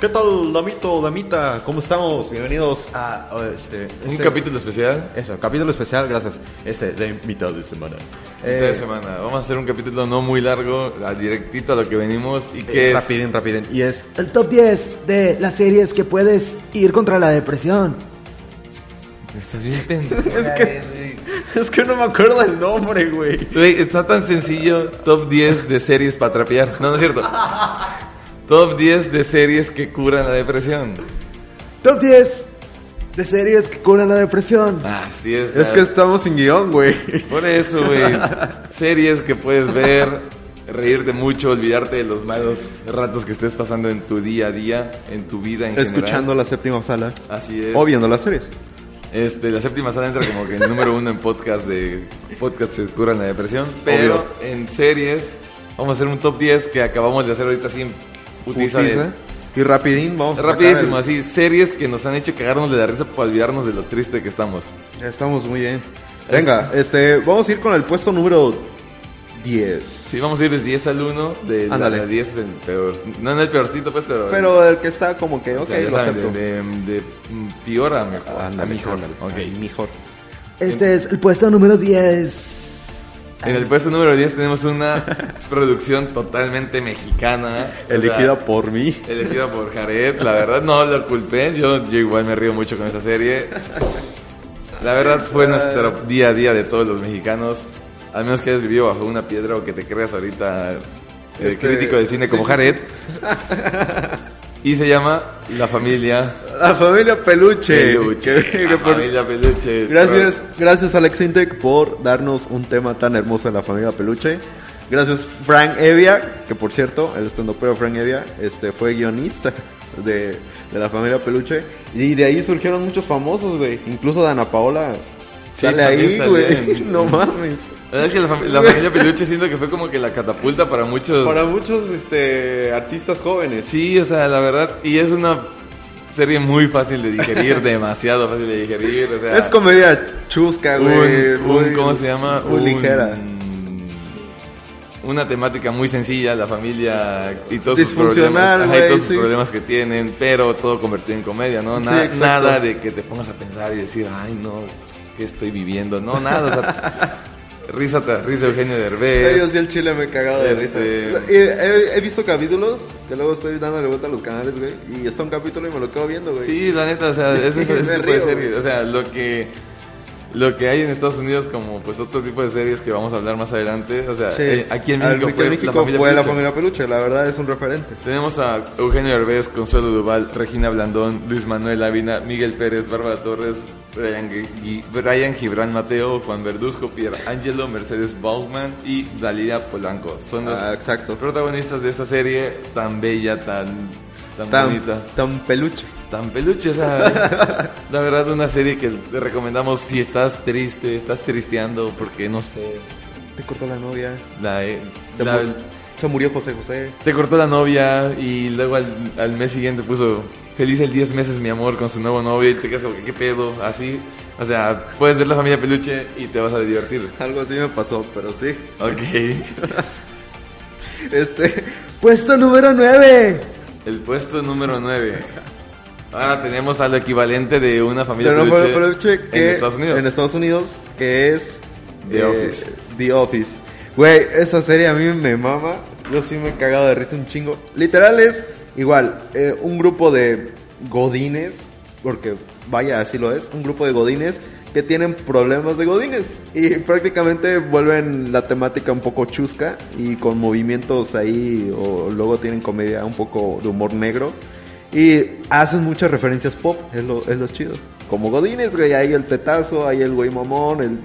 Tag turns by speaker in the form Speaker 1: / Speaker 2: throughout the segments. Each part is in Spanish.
Speaker 1: ¿Qué tal, damito, damita? ¿Cómo estamos? Bienvenidos a, a este,
Speaker 2: Un
Speaker 1: este-
Speaker 2: capítulo especial.
Speaker 1: Eso, capítulo especial, gracias. Este, de mitad de semana.
Speaker 2: Esta
Speaker 1: Eh,
Speaker 2: semana. Vamos a hacer un capítulo no muy largo, a- directito a lo que venimos y que
Speaker 1: eh,
Speaker 2: es
Speaker 1: Rapiden, rapiden. Y es
Speaker 3: El top 10 de las series que puedes ir contra la depresión.
Speaker 2: Estás bien pendejo.
Speaker 1: Es que, es que no me acuerdo el nombre, güey.
Speaker 2: Güey, está tan sencillo. Top 10 de series para trapear. No, no es cierto. Top 10 de series que curan la depresión.
Speaker 3: Top 10 de series que curan la depresión.
Speaker 2: Así es.
Speaker 1: Es que estamos sin guión, güey.
Speaker 2: Por eso, güey. Series que puedes ver, reírte mucho, olvidarte de los malos ratos que estés pasando en tu día a día, en tu vida en
Speaker 1: Escuchando
Speaker 2: general.
Speaker 1: la séptima sala.
Speaker 2: Así es.
Speaker 1: O viendo las series.
Speaker 2: Este, la séptima sala entra como que en número uno en podcast de podcast se curan la depresión. Pero
Speaker 1: Obvio.
Speaker 2: en series, vamos a hacer un top 10 que acabamos de hacer ahorita así en putiza de-
Speaker 1: Putiza. Y rapidín, vamos. a sacar
Speaker 2: Rapidísimo,
Speaker 1: el-
Speaker 2: así, series que nos han hecho cagarnos de la risa para olvidarnos de lo triste que estamos.
Speaker 1: Estamos muy bien. Venga, este, vamos a ir con el puesto número 10.
Speaker 2: Sí, vamos a ir del 10 al 1, de la-
Speaker 1: Ándale.
Speaker 2: la 10 en peor. No en el peorcito, pues, pero.
Speaker 1: Pero el que está como que,
Speaker 2: o
Speaker 1: ok,
Speaker 2: sea, ya
Speaker 1: lo
Speaker 2: saben,
Speaker 1: acepto.
Speaker 2: de, de- de peor a mejor. a
Speaker 1: Ándale,
Speaker 2: mejor.
Speaker 1: ándale.
Speaker 2: Ok.
Speaker 1: Ay, mejor.
Speaker 3: Este es el puesto número 10.
Speaker 2: En el puesto número 10 tenemos una producción totalmente mexicana. o sea,
Speaker 1: Elegida por mí.
Speaker 2: Elegida por Jared, la verdad no lo culpé, yo, yo igual me río mucho con esa serie. La verdad fue nuestro día a día de todos los mexicanos, al menos que hayas vivido bajo una piedra o que te creas ahorita eh,
Speaker 1: Este,
Speaker 2: crítico de cine como
Speaker 1: sí, sí,
Speaker 2: Jared. Y se llama La Familia
Speaker 1: La familia Peluche.
Speaker 2: Peluche.
Speaker 1: Que- que
Speaker 2: La
Speaker 1: por-
Speaker 2: Familia Peluche.
Speaker 1: Gracias, gracias Alex Intec por darnos un tema tan hermoso de la familia Peluche. Gracias Frank Evia, que por cierto, el estandopero Frank Evia este, fue guionista de, de la familia Peluche. Y de ahí surgieron muchos famosos, güey. Incluso Dana Paola
Speaker 2: Sí,
Speaker 1: sale
Speaker 2: también
Speaker 1: ahí,
Speaker 2: sale
Speaker 1: güey.
Speaker 2: en-
Speaker 1: No mames.
Speaker 2: La verdad es que la, fam- la Familia Peluche siento que fue como que la catapulta para muchos...
Speaker 1: Para muchos este, artistas jóvenes.
Speaker 2: Sí, o sea, la verdad, y es una serie muy fácil de digerir, demasiado fácil de digerir, o sea...
Speaker 1: Es comedia chusca,
Speaker 2: un-
Speaker 1: güey.
Speaker 2: un-
Speaker 1: muy-
Speaker 2: ¿Cómo se llama?
Speaker 1: Muy
Speaker 2: Un-
Speaker 1: ligera.
Speaker 2: Una temática muy sencilla, la familia y todos sus problemas,
Speaker 1: Disfuncional,
Speaker 2: ajá, y
Speaker 1: güey,
Speaker 2: todos sus
Speaker 1: sí.
Speaker 2: problemas que tienen, pero todo convertido en comedia, ¿no?
Speaker 1: Sí,
Speaker 2: Na-
Speaker 1: exacto.
Speaker 2: nada de que te pongas a pensar y decir, ay, no, ¿qué estoy viviendo? No, nada, o sea, risa tras risa, Eugenio Derbez.
Speaker 1: Yo sí el chile me he cagado de
Speaker 2: Este-
Speaker 1: risa. Y He, he visto capítulos que luego estoy dándole vuelta a los canales, güey. Y está un capítulo y me lo quedo viendo, güey.
Speaker 2: Sí, la neta, o sea, es ese,
Speaker 1: Me
Speaker 2: ese tipo de
Speaker 1: río,
Speaker 2: series.
Speaker 1: güey.
Speaker 2: O sea, lo que, lo que hay en Estados Unidos como pues otro tipo de series que vamos a hablar más adelante. O sea,
Speaker 1: Sí.
Speaker 2: eh, aquí en
Speaker 1: Al-
Speaker 2: México, fue, la, familia
Speaker 1: fue la
Speaker 2: Peluche.
Speaker 1: familia Peluche, la verdad es un referente.
Speaker 2: Tenemos a Eugenio Herbés, Consuelo Duval, Regina Blandón, Luis Manuel Avina, Miguel Pérez, Bárbara Torres, Brian, Gui- Gui- Brian Gibran Mateo, Juan Verduzco, Pierre Angelo, Mercedes Bauman y Dalila Polanco. Son los
Speaker 1: Ah, exacto.
Speaker 2: protagonistas de esta serie tan bella, tan, tan,
Speaker 1: Tan,
Speaker 2: bonita.
Speaker 1: tan peluche.
Speaker 2: Tan peluche, o sea, la verdad una serie que te recomendamos si estás triste, estás tristeando porque no sé,
Speaker 1: Te cortó la novia.
Speaker 2: la- eh,
Speaker 1: Se,
Speaker 2: la-
Speaker 1: mu- se murió José José.
Speaker 2: te cortó la novia y luego al, al mes siguiente puso feliz el 10 meses mi amor con su nuevo novio y te quedas como que qué pedo, así, o sea, puedes ver la familia peluche y te vas a divertir.
Speaker 1: Algo así me pasó, pero sí.
Speaker 2: Ok,
Speaker 1: Este,
Speaker 3: Puesto número 9.
Speaker 2: el puesto número 9. Ahora tenemos al equivalente de una familia
Speaker 1: pero no
Speaker 2: peluche,
Speaker 1: fue peluche que
Speaker 2: en Estados Unidos.
Speaker 1: en Estados Unidos, que es eh,
Speaker 2: The Office.
Speaker 1: The Office. Güey, esa serie a mí me mama. Yo sí me he cagado de risa un chingo. Literal es igual, eh, un grupo de godines, porque vaya, así lo es, un grupo de godines que tienen problemas de godines y prácticamente vuelven la temática un poco chusca y con movimientos ahí o luego tienen comedia un poco de humor negro. Y hacen muchas referencias pop, es lo, es lo chido. Como Godines, güey, hay el tetazo, hay el güey mamón, el...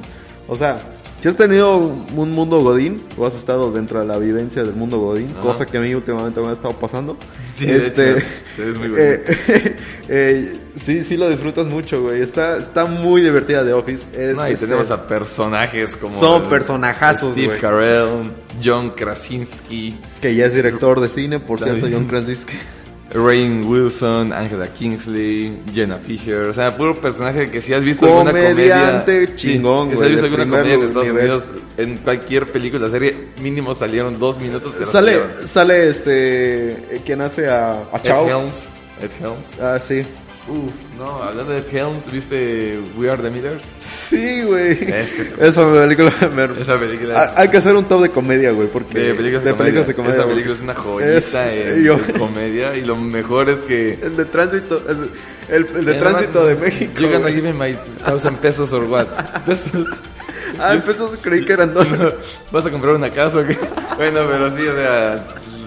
Speaker 1: O sea, si has tenido un mundo Godín, o has estado dentro de la vivencia del mundo Godín,
Speaker 2: Ajá.
Speaker 1: cosa que a mí últimamente me ha estado pasando. este,
Speaker 2: Sí, de hecho, eres muy Godín.
Speaker 1: eh, eh, sí, sí lo disfrutas mucho, güey. Está, está muy divertida de Office. Es,
Speaker 2: No, y
Speaker 1: este,
Speaker 2: tenemos a personajes como.
Speaker 1: Son personajazos,
Speaker 2: Steve
Speaker 1: güey.
Speaker 2: Carell, John Krasinski,
Speaker 1: Que ya es director de cine, por
Speaker 2: Está
Speaker 1: cierto,
Speaker 2: bien.
Speaker 1: John Krasinski.
Speaker 2: Rain Wilson, Angela Kingsley, Jenna Fisher. O sea, puro personaje que si has visto alguna
Speaker 1: Comediante
Speaker 2: comedia.
Speaker 1: chingón,
Speaker 2: que Si
Speaker 1: güey,
Speaker 2: has visto
Speaker 1: de primer
Speaker 2: alguna comedia de Estados
Speaker 1: nivel.
Speaker 2: Unidos, en cualquier película, serie, mínimo salieron dos minutos. pero
Speaker 1: Sale,
Speaker 2: salieron.
Speaker 1: sale este... eh, Quien hace a, a
Speaker 2: Ed
Speaker 1: Chao.
Speaker 2: Helms. Ed Helms.
Speaker 1: Ah, sí.
Speaker 2: Uf, no, hablando de Ed Helms, ¿viste We Are the Millers?
Speaker 1: Sí, güey.
Speaker 2: Este Es que está-
Speaker 1: Esa película me...
Speaker 2: Esa película es
Speaker 1: Ha- Hay que hacer un top de comedia, güey, porque...
Speaker 2: de películas de,
Speaker 1: películas Ah, de
Speaker 2: comedia. Esa
Speaker 1: güey.
Speaker 2: película es una joyita
Speaker 1: Es-
Speaker 2: en-
Speaker 1: yo-
Speaker 2: de comedia y lo mejor es que...
Speaker 1: El de tránsito, el, el- el de
Speaker 2: Eh,
Speaker 1: tránsito
Speaker 2: nomás,
Speaker 1: de México.
Speaker 2: You gonna
Speaker 1: güey.
Speaker 2: give me my thousand pesos or what?
Speaker 1: Ah, empezó, creí que eran dos.
Speaker 2: ¿Vas a comprar una casa o qué? Bueno, pero sí, o sea,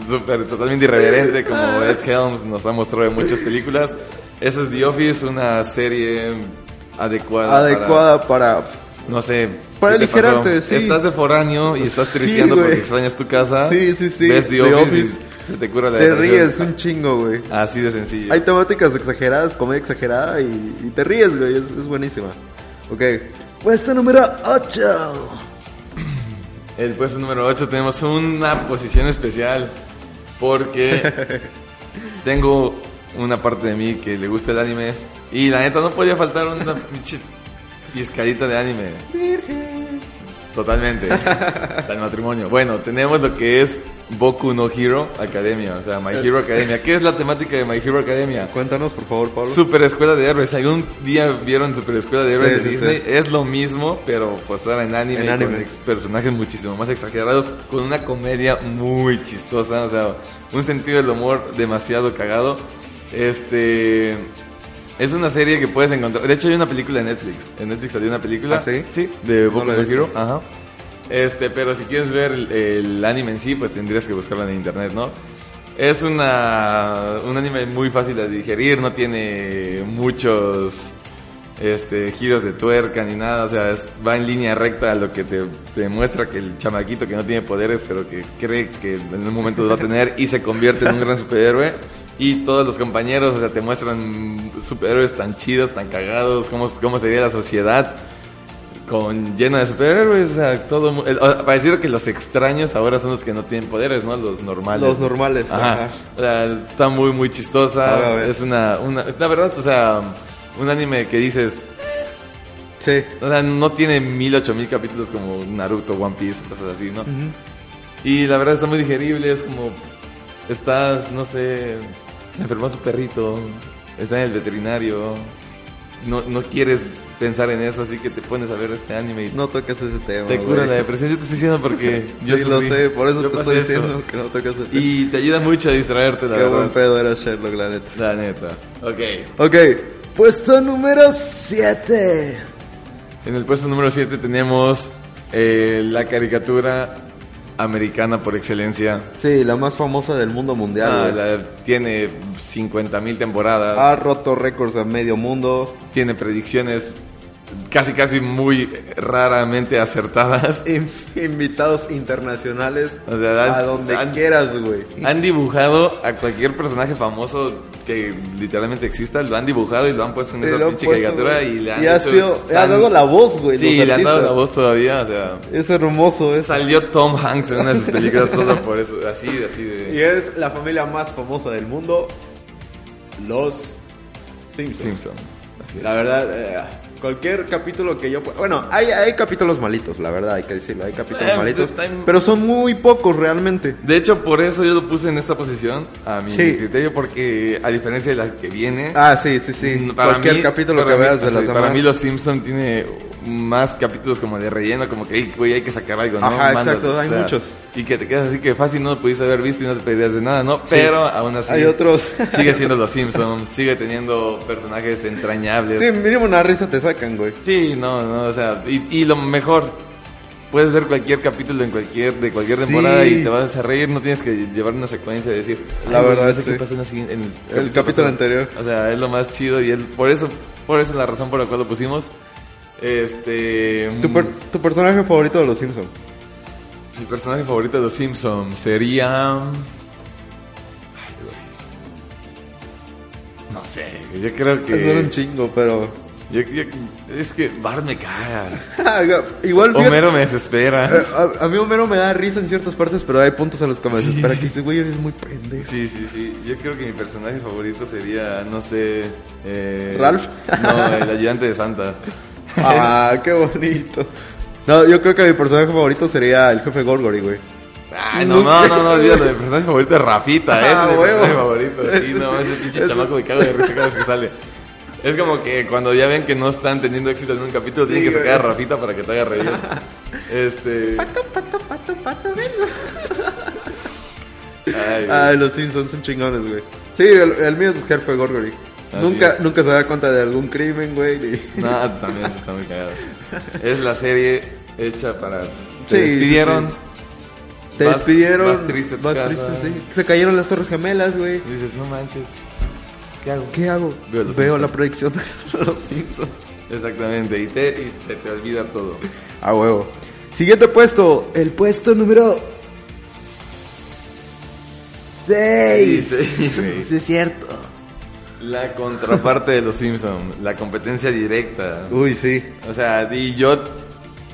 Speaker 2: súper, totalmente irreverente, como Ed Helms nos ha mostrado en muchas películas. Eso es The Office, una serie adecuada. para-
Speaker 1: Adecuada para...
Speaker 2: no sé.
Speaker 1: Para
Speaker 2: ¿qué te pasó?
Speaker 1: aligerarte, sí.
Speaker 2: Estás de foráneo y estás
Speaker 1: Sí,
Speaker 2: tristeando porque
Speaker 1: güey.
Speaker 2: extrañas tu casa.
Speaker 1: Sí, sí, sí,
Speaker 2: Ves The,
Speaker 1: The
Speaker 2: Office,
Speaker 1: Office.
Speaker 2: y se te cura la
Speaker 1: Te
Speaker 2: depresión.
Speaker 1: ríes un chingo, güey.
Speaker 2: Así de sencillo.
Speaker 1: Hay temáticas exageradas, comedia exagerada y, y te ríes, güey. Es, es buenísima. Ok.
Speaker 3: Puesto número 8.
Speaker 2: El puesto número 8 tenemos una posición especial porque tengo una parte de mí que le gusta el anime y la neta no podía faltar una pinche pizcadita de anime. Totalmente. Hasta el matrimonio. Bueno, tenemos lo que es Boku no Hero Academia, o sea, My Hero Academia. ¿Qué es la temática de My Hero Academia?
Speaker 1: Cuéntanos, por favor, Pablo.
Speaker 2: Super Escuela de Héroes. Si algún día vieron Super Escuela de Héroes
Speaker 1: Sí,
Speaker 2: de
Speaker 1: sí,
Speaker 2: Disney, es lo mismo, pero pues ahora en anime,
Speaker 1: En
Speaker 2: y
Speaker 1: anime.
Speaker 2: con ex- personajes muchísimo más exagerados, con una comedia muy chistosa, o sea, un sentido del humor demasiado cagado. Este es una serie que puedes encontrar. De hecho, hay una película en Netflix. En Netflix salió una película.
Speaker 1: ¿Ah, sí?
Speaker 2: de
Speaker 1: No
Speaker 2: Boku
Speaker 1: la
Speaker 2: no
Speaker 1: he visto.
Speaker 2: Hero. Ajá. Este, pero si quieres ver el, el anime en sí, pues tendrías que buscarlo en internet, ¿no? Es una, un anime muy fácil de digerir, no tiene muchos este, giros de tuerca ni nada, o sea, es- va en línea recta a lo que te, te muestra que el chamaquito que no tiene poderes, pero que cree que en un momento los va a tener y se convierte en un gran superhéroe. Y todos los compañeros, o sea, te muestran superhéroes tan chidos, tan cagados, cómo, cómo sería la sociedad con llena de superhéroes, o sea, todo mu- el- o- pareciera que los extraños ahora son los que no tienen poderes, ¿no? Los normales.
Speaker 1: Los normales,
Speaker 2: Ajá.
Speaker 1: ajá. Ah,
Speaker 2: O sea, está muy muy
Speaker 1: A
Speaker 2: chistosa,
Speaker 1: ver.
Speaker 2: es una una la verdad, o sea, un anime que dices,
Speaker 1: Sí.
Speaker 2: o sea, no tiene mil, ocho mil capítulos como Naruto, One Piece, cosas así, ¿no? Y la verdad está muy digerible, es como estás, no sé, se enfermó tu perrito, está en el veterinario, no, no quieres pensar en eso, así que te pones a ver este anime y
Speaker 1: No toques ese tema.
Speaker 2: te cura
Speaker 1: güey.
Speaker 2: la depresión. Yo te estoy diciendo porque yo
Speaker 1: sí, lo
Speaker 2: sufrí.
Speaker 1: sé, por eso
Speaker 2: Yo
Speaker 1: te
Speaker 2: pasé
Speaker 1: estoy diciendo que no toques ese tema.
Speaker 2: Y te ayuda mucho a distraerte, la
Speaker 1: Qué buen
Speaker 2: verdad.
Speaker 1: pedo era Sherlock, la neta.
Speaker 2: La neta. Ok.
Speaker 1: Ok.
Speaker 3: Puesto número 7.
Speaker 2: En el puesto número 7 tenemos eh, la caricatura americana por excelencia.
Speaker 1: Sí, la más famosa del mundo mundial.
Speaker 2: Ah,
Speaker 1: güey.
Speaker 2: la- tiene 50.000 temporadas.
Speaker 1: Ha roto récords a medio mundo.
Speaker 2: Tiene predicciones casi, casi muy raramente acertadas.
Speaker 1: In- invitados internacionales.
Speaker 2: O sea, han-
Speaker 1: a donde
Speaker 2: han-
Speaker 1: quieras, güey.
Speaker 2: Han dibujado a cualquier personaje famoso que literalmente exista, lo han dibujado y lo han puesto en
Speaker 1: Te
Speaker 2: esa
Speaker 1: lo
Speaker 2: pinche
Speaker 1: puesto,
Speaker 2: caricatura
Speaker 1: pues, güey.
Speaker 2: y le han
Speaker 1: Y ha
Speaker 2: hecho
Speaker 1: sido- le ha
Speaker 2: tan-
Speaker 1: dado la voz, güey. los
Speaker 2: Sí, le han dado
Speaker 1: artistas.
Speaker 2: la voz todavía, o sea,
Speaker 1: Es hermoso, es
Speaker 2: salió Tom Hanks en una de sus películas todo por eso, así, así
Speaker 1: Y
Speaker 2: de
Speaker 1: es la familia más famosa del mundo, los Simpsons.
Speaker 2: Simpson. Así es.
Speaker 1: La verdad, eh, cualquier capítulo que yo... pu- Bueno, hay, hay capítulos malitos, la verdad, hay que decirlo, hay capítulos
Speaker 2: Eh,
Speaker 1: malitos.
Speaker 2: está en-
Speaker 1: Pero son muy pocos realmente.
Speaker 2: De hecho, por eso yo lo puse en esta posición, a mi
Speaker 1: Sí.
Speaker 2: criterio, porque a diferencia de la que viene,
Speaker 1: Ah, sí, sí, sí.
Speaker 2: Mm, para
Speaker 1: cualquier
Speaker 2: mí-
Speaker 1: capítulo
Speaker 2: para
Speaker 1: que
Speaker 2: mí-
Speaker 1: veas
Speaker 2: o
Speaker 1: de
Speaker 2: sea,
Speaker 1: las demás.
Speaker 2: Para mí Los Simpson tiene más capítulos como de relleno, como que, "Ey, güey, hay que sacar algo, ¿no?
Speaker 1: Ajá, exacto, hay muchos.
Speaker 2: Y que te quedas así que fácil, no lo pudiste haber visto y no te perdías de nada, ¿no? Pero aún así...
Speaker 1: Hay otros...
Speaker 2: Sigue siendo Los Simpson, sigue teniendo personajes entrañables.
Speaker 1: sí, mínimo una risa te sacan, güey.
Speaker 2: Sí, no, no, o sea, y, y lo mejor, puedes ver cualquier capítulo en cualquier, de cualquier
Speaker 1: Sí.
Speaker 2: temporada y te vas a reír, no tienes que llevar una secuencia de decir,
Speaker 1: La
Speaker 2: "Ay, güey,
Speaker 1: verdad,
Speaker 2: no sé
Speaker 1: sí.
Speaker 2: qué pasó en, la siguiente- en
Speaker 1: El capítulo
Speaker 2: pasado".
Speaker 1: anterior.
Speaker 2: O sea, es lo más chido y es, por eso, por eso es la razón por la cual lo pusimos. Este.
Speaker 1: ¿Tu, per- tu personaje favorito de los Simpsons?
Speaker 2: Mi personaje favorito de los Simpsons sería. Ay, güey. No sé, yo creo
Speaker 1: Es un
Speaker 2: que.
Speaker 1: chingo, pero...
Speaker 2: yo- yo- es que Bart me caga.
Speaker 1: Igual... fíjate-
Speaker 2: Homero me desespera.
Speaker 1: Eh, A, a mí Homero me da risa en ciertas partes, pero hay puntos en los que me
Speaker 2: Sí.
Speaker 1: desespera que dice, güey, eres muy pendejo.
Speaker 2: Sí, sí, sí. Yo creo que mi personaje favorito sería, no sé. eh,
Speaker 1: ¿Ralph?
Speaker 2: No, el ayudante de Santa.
Speaker 1: Ah, qué bonito. No, yo creo que mi personaje favorito sería el jefe Gorgory, güey.
Speaker 2: Ay, no, no, no, no, olvídalo, mi personaje favorito es Rafita, ese
Speaker 1: Ah,
Speaker 2: es mi
Speaker 1: huevo.
Speaker 2: personaje favorito. Sí,
Speaker 1: Ese
Speaker 2: no,
Speaker 1: sí,
Speaker 2: ese pinche
Speaker 1: ese-
Speaker 2: chamaco me cago de risa cada vez que sale. Es como que cuando ya ven que no están teniendo éxito en un capítulo,
Speaker 1: Sí,
Speaker 2: tienen que sacar a
Speaker 1: güey.
Speaker 2: Rafita para que te haga reír. Este. Pato, pato, pato, pato, Ay,
Speaker 1: Ay, los Simpsons son chingones, güey. Sí, el, el mío es Jefe Gorgory.
Speaker 2: Así
Speaker 1: Nunca,
Speaker 2: es.
Speaker 1: nunca se da cuenta de algún crimen, güey. y-
Speaker 2: no, también eso está muy cagado. Es la serie hecha para. Te
Speaker 1: Sí, sí,
Speaker 2: despidieron.
Speaker 1: Te
Speaker 2: Vas-
Speaker 1: despidieron.
Speaker 2: vas triste a tu
Speaker 1: vas
Speaker 2: casa.
Speaker 1: triste, sí. Se cayeron las Torres Gemelas, güey.
Speaker 2: y Dices, no manches, ¿qué hago?
Speaker 1: ¿Qué hago?
Speaker 2: Veo
Speaker 1: Veo,
Speaker 2: Los
Speaker 1: la
Speaker 2: Simpsons.
Speaker 1: proyección de los Simpsons.
Speaker 2: Exactamente, y, te, y se te olvida todo.
Speaker 1: A huevo. Siguiente puesto.
Speaker 3: El puesto número 6.
Speaker 2: Sí, sí, sí.
Speaker 3: es cierto.
Speaker 2: La contraparte de los Simpsons, la competencia directa.
Speaker 1: Uy, sí.
Speaker 2: O sea, y yo.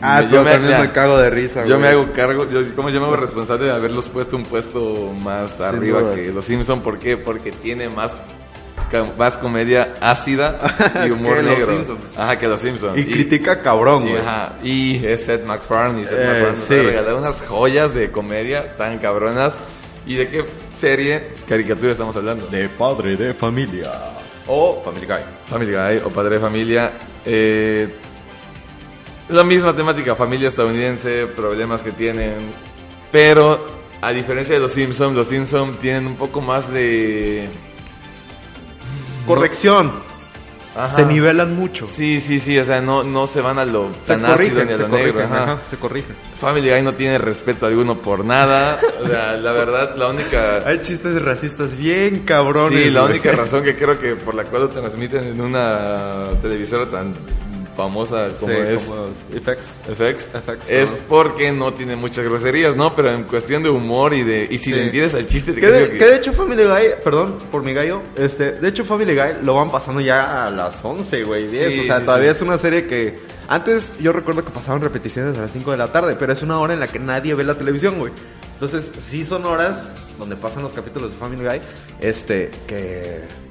Speaker 1: Ah,
Speaker 2: yo
Speaker 1: pero
Speaker 2: me-
Speaker 1: también
Speaker 2: mira,
Speaker 1: me cago de risa,
Speaker 2: Yo
Speaker 1: güey.
Speaker 2: me hago cargo, yo, como yo me hago responsable de haberlos puesto un puesto más arriba
Speaker 1: duda.
Speaker 2: que los Simpsons, ¿por qué? Porque tiene más ca- más comedia ácida y humor
Speaker 1: Que los
Speaker 2: negro.
Speaker 1: Simpson.
Speaker 2: Ajá, que los Simpsons.
Speaker 1: Y, critica cabrón,
Speaker 2: Y,
Speaker 1: güey.
Speaker 2: ajá, y es Seth MacFarlane. Y Seth
Speaker 1: Eh,
Speaker 2: MacFarlane nos ha
Speaker 1: sí.
Speaker 2: regalado unas joyas de comedia tan cabronas. ¿Y de qué serie, caricatura estamos hablando?
Speaker 1: De padre de familia. O Family Guy.
Speaker 2: Family Guy o Padre de Familia. eh, la misma temática, familia estadounidense, problemas que tienen. Pero, a diferencia de los Simpsons, los Simpsons tienen un poco más de...
Speaker 1: Corrección.
Speaker 2: Ajá.
Speaker 1: Se nivelan mucho.
Speaker 2: Sí, sí, sí, o sea, no, no se van a lo
Speaker 1: Se
Speaker 2: tan ácido
Speaker 1: corrigen,
Speaker 2: ni a
Speaker 1: se
Speaker 2: lo negro.
Speaker 1: corrigen,
Speaker 2: ajá.
Speaker 1: ajá, se corrigen.
Speaker 2: Family Guy no tiene respeto alguno por nada. O sea, la verdad, la única...
Speaker 1: Hay chistes racistas bien cabrones.
Speaker 2: Sí, la
Speaker 1: güey.
Speaker 2: única razón que creo que por la cual lo transmiten en una televisora tan famosa como
Speaker 1: Sí,
Speaker 2: es
Speaker 1: como los effects.
Speaker 2: FX,
Speaker 1: FX,
Speaker 2: es
Speaker 1: ajá.
Speaker 2: porque no tiene muchas groserías, ¿no? Pero en cuestión de humor y de... Y si
Speaker 1: Sí.
Speaker 2: le entiendes al chiste, te
Speaker 1: Que
Speaker 2: creo
Speaker 1: de, que de hecho Family Guy, perdón por mi gallo, este, de hecho Family Guy lo van pasando ya a las 11, güey, 10,
Speaker 2: Sí,
Speaker 1: o sea,
Speaker 2: sí,
Speaker 1: todavía
Speaker 2: sí.
Speaker 1: es una serie que antes yo recuerdo que pasaban repeticiones a las 5 de la tarde, pero es una hora en la que nadie ve la televisión, güey. Entonces, sí son horas donde pasan los capítulos de Family Guy, este, que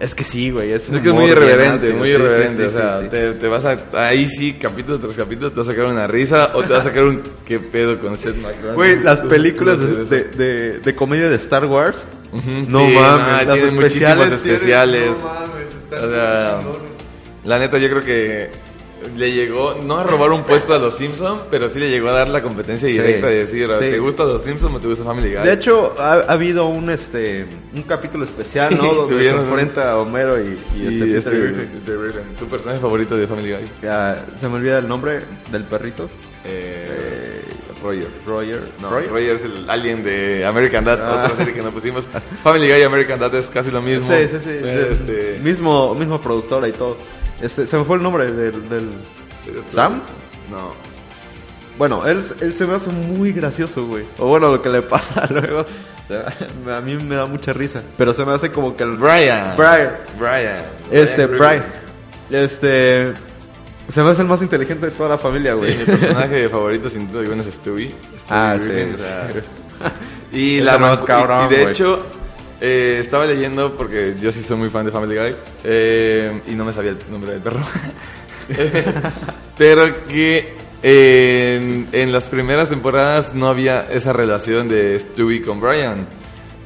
Speaker 1: es que sí, güey, es,
Speaker 2: Es que es muy irreverente, muy irreverente. o sea,
Speaker 1: te
Speaker 2: Te, te vas a. Ahí sí, capítulo tras capítulo, te vas a sacar una risa o te vas a sacar un. ¿Qué pedo con Seth MacFarlane?
Speaker 1: Güey, las
Speaker 2: Tú-
Speaker 1: películas
Speaker 2: tú no
Speaker 1: de,
Speaker 2: haces
Speaker 1: de,
Speaker 2: eso.
Speaker 1: de- de comedia de Star Wars.
Speaker 2: Ujú,
Speaker 1: No
Speaker 2: sí, nada,
Speaker 1: mames, las
Speaker 2: tienen
Speaker 1: especiales.
Speaker 2: muchísimos
Speaker 1: tienen-
Speaker 2: especiales.
Speaker 1: no mames, están
Speaker 2: O sea,
Speaker 1: bien chingones.
Speaker 2: la neta, yo creo que le llegó, no a robar un puesto a los Simpsons, pero sí le llegó a dar la competencia directa de decir, "Ah,
Speaker 1: sí.
Speaker 2: ¿te gusta los Simpsons o te gusta Family Guy?
Speaker 1: De hecho, ha, ha habido un este un capítulo especial,
Speaker 2: Sí,
Speaker 1: ¿no? Donde se
Speaker 2: tuvieron un-
Speaker 1: enfrenta a Homero y, y
Speaker 2: y
Speaker 1: este Peter
Speaker 2: este,
Speaker 1: Griffin.
Speaker 2: Peter Griffin, tu personaje favorito de Family Guy,
Speaker 1: Ya, se me olvida el nombre del perrito.
Speaker 2: eh, Roger.
Speaker 1: Roger.
Speaker 2: No,
Speaker 1: Roger.
Speaker 2: Roger. es el alien de American Dad,
Speaker 1: Ah.
Speaker 2: otra serie que no pusimos. Family Guy y American Dad es casi lo mismo.
Speaker 1: Sí, sí, sí.
Speaker 2: Eh, Este,
Speaker 1: Mismo, mismo productora y todo. Este, se me fue el nombre del- del, ¿Sam?
Speaker 2: No.
Speaker 1: Bueno, él, él se me hace muy gracioso, güey. O bueno, lo que le pasa luego. se me- A mí me da mucha risa. Pero se me hace como que el.
Speaker 2: Brian.
Speaker 1: Brian.
Speaker 2: Brian.
Speaker 1: Este,
Speaker 2: Griffin.
Speaker 1: Brian. Este. Se me hace el más inteligente de toda la familia,
Speaker 2: Sí,
Speaker 1: güey.
Speaker 2: mi personaje favorito sin duda alguna es Stewie. Stewie
Speaker 1: Ah, sí,
Speaker 2: Griffin, o sea,
Speaker 1: sí.
Speaker 2: y
Speaker 1: Es
Speaker 2: la
Speaker 1: el más
Speaker 2: mancu- y-
Speaker 1: cabrón,
Speaker 2: y de
Speaker 1: güey.
Speaker 2: hecho eh, estaba leyendo porque yo sí soy muy fan de Family Guy eh, y no me sabía el nombre del perro. Pero que eh, en, en las primeras temporadas no había esa relación de Stewie con Brian.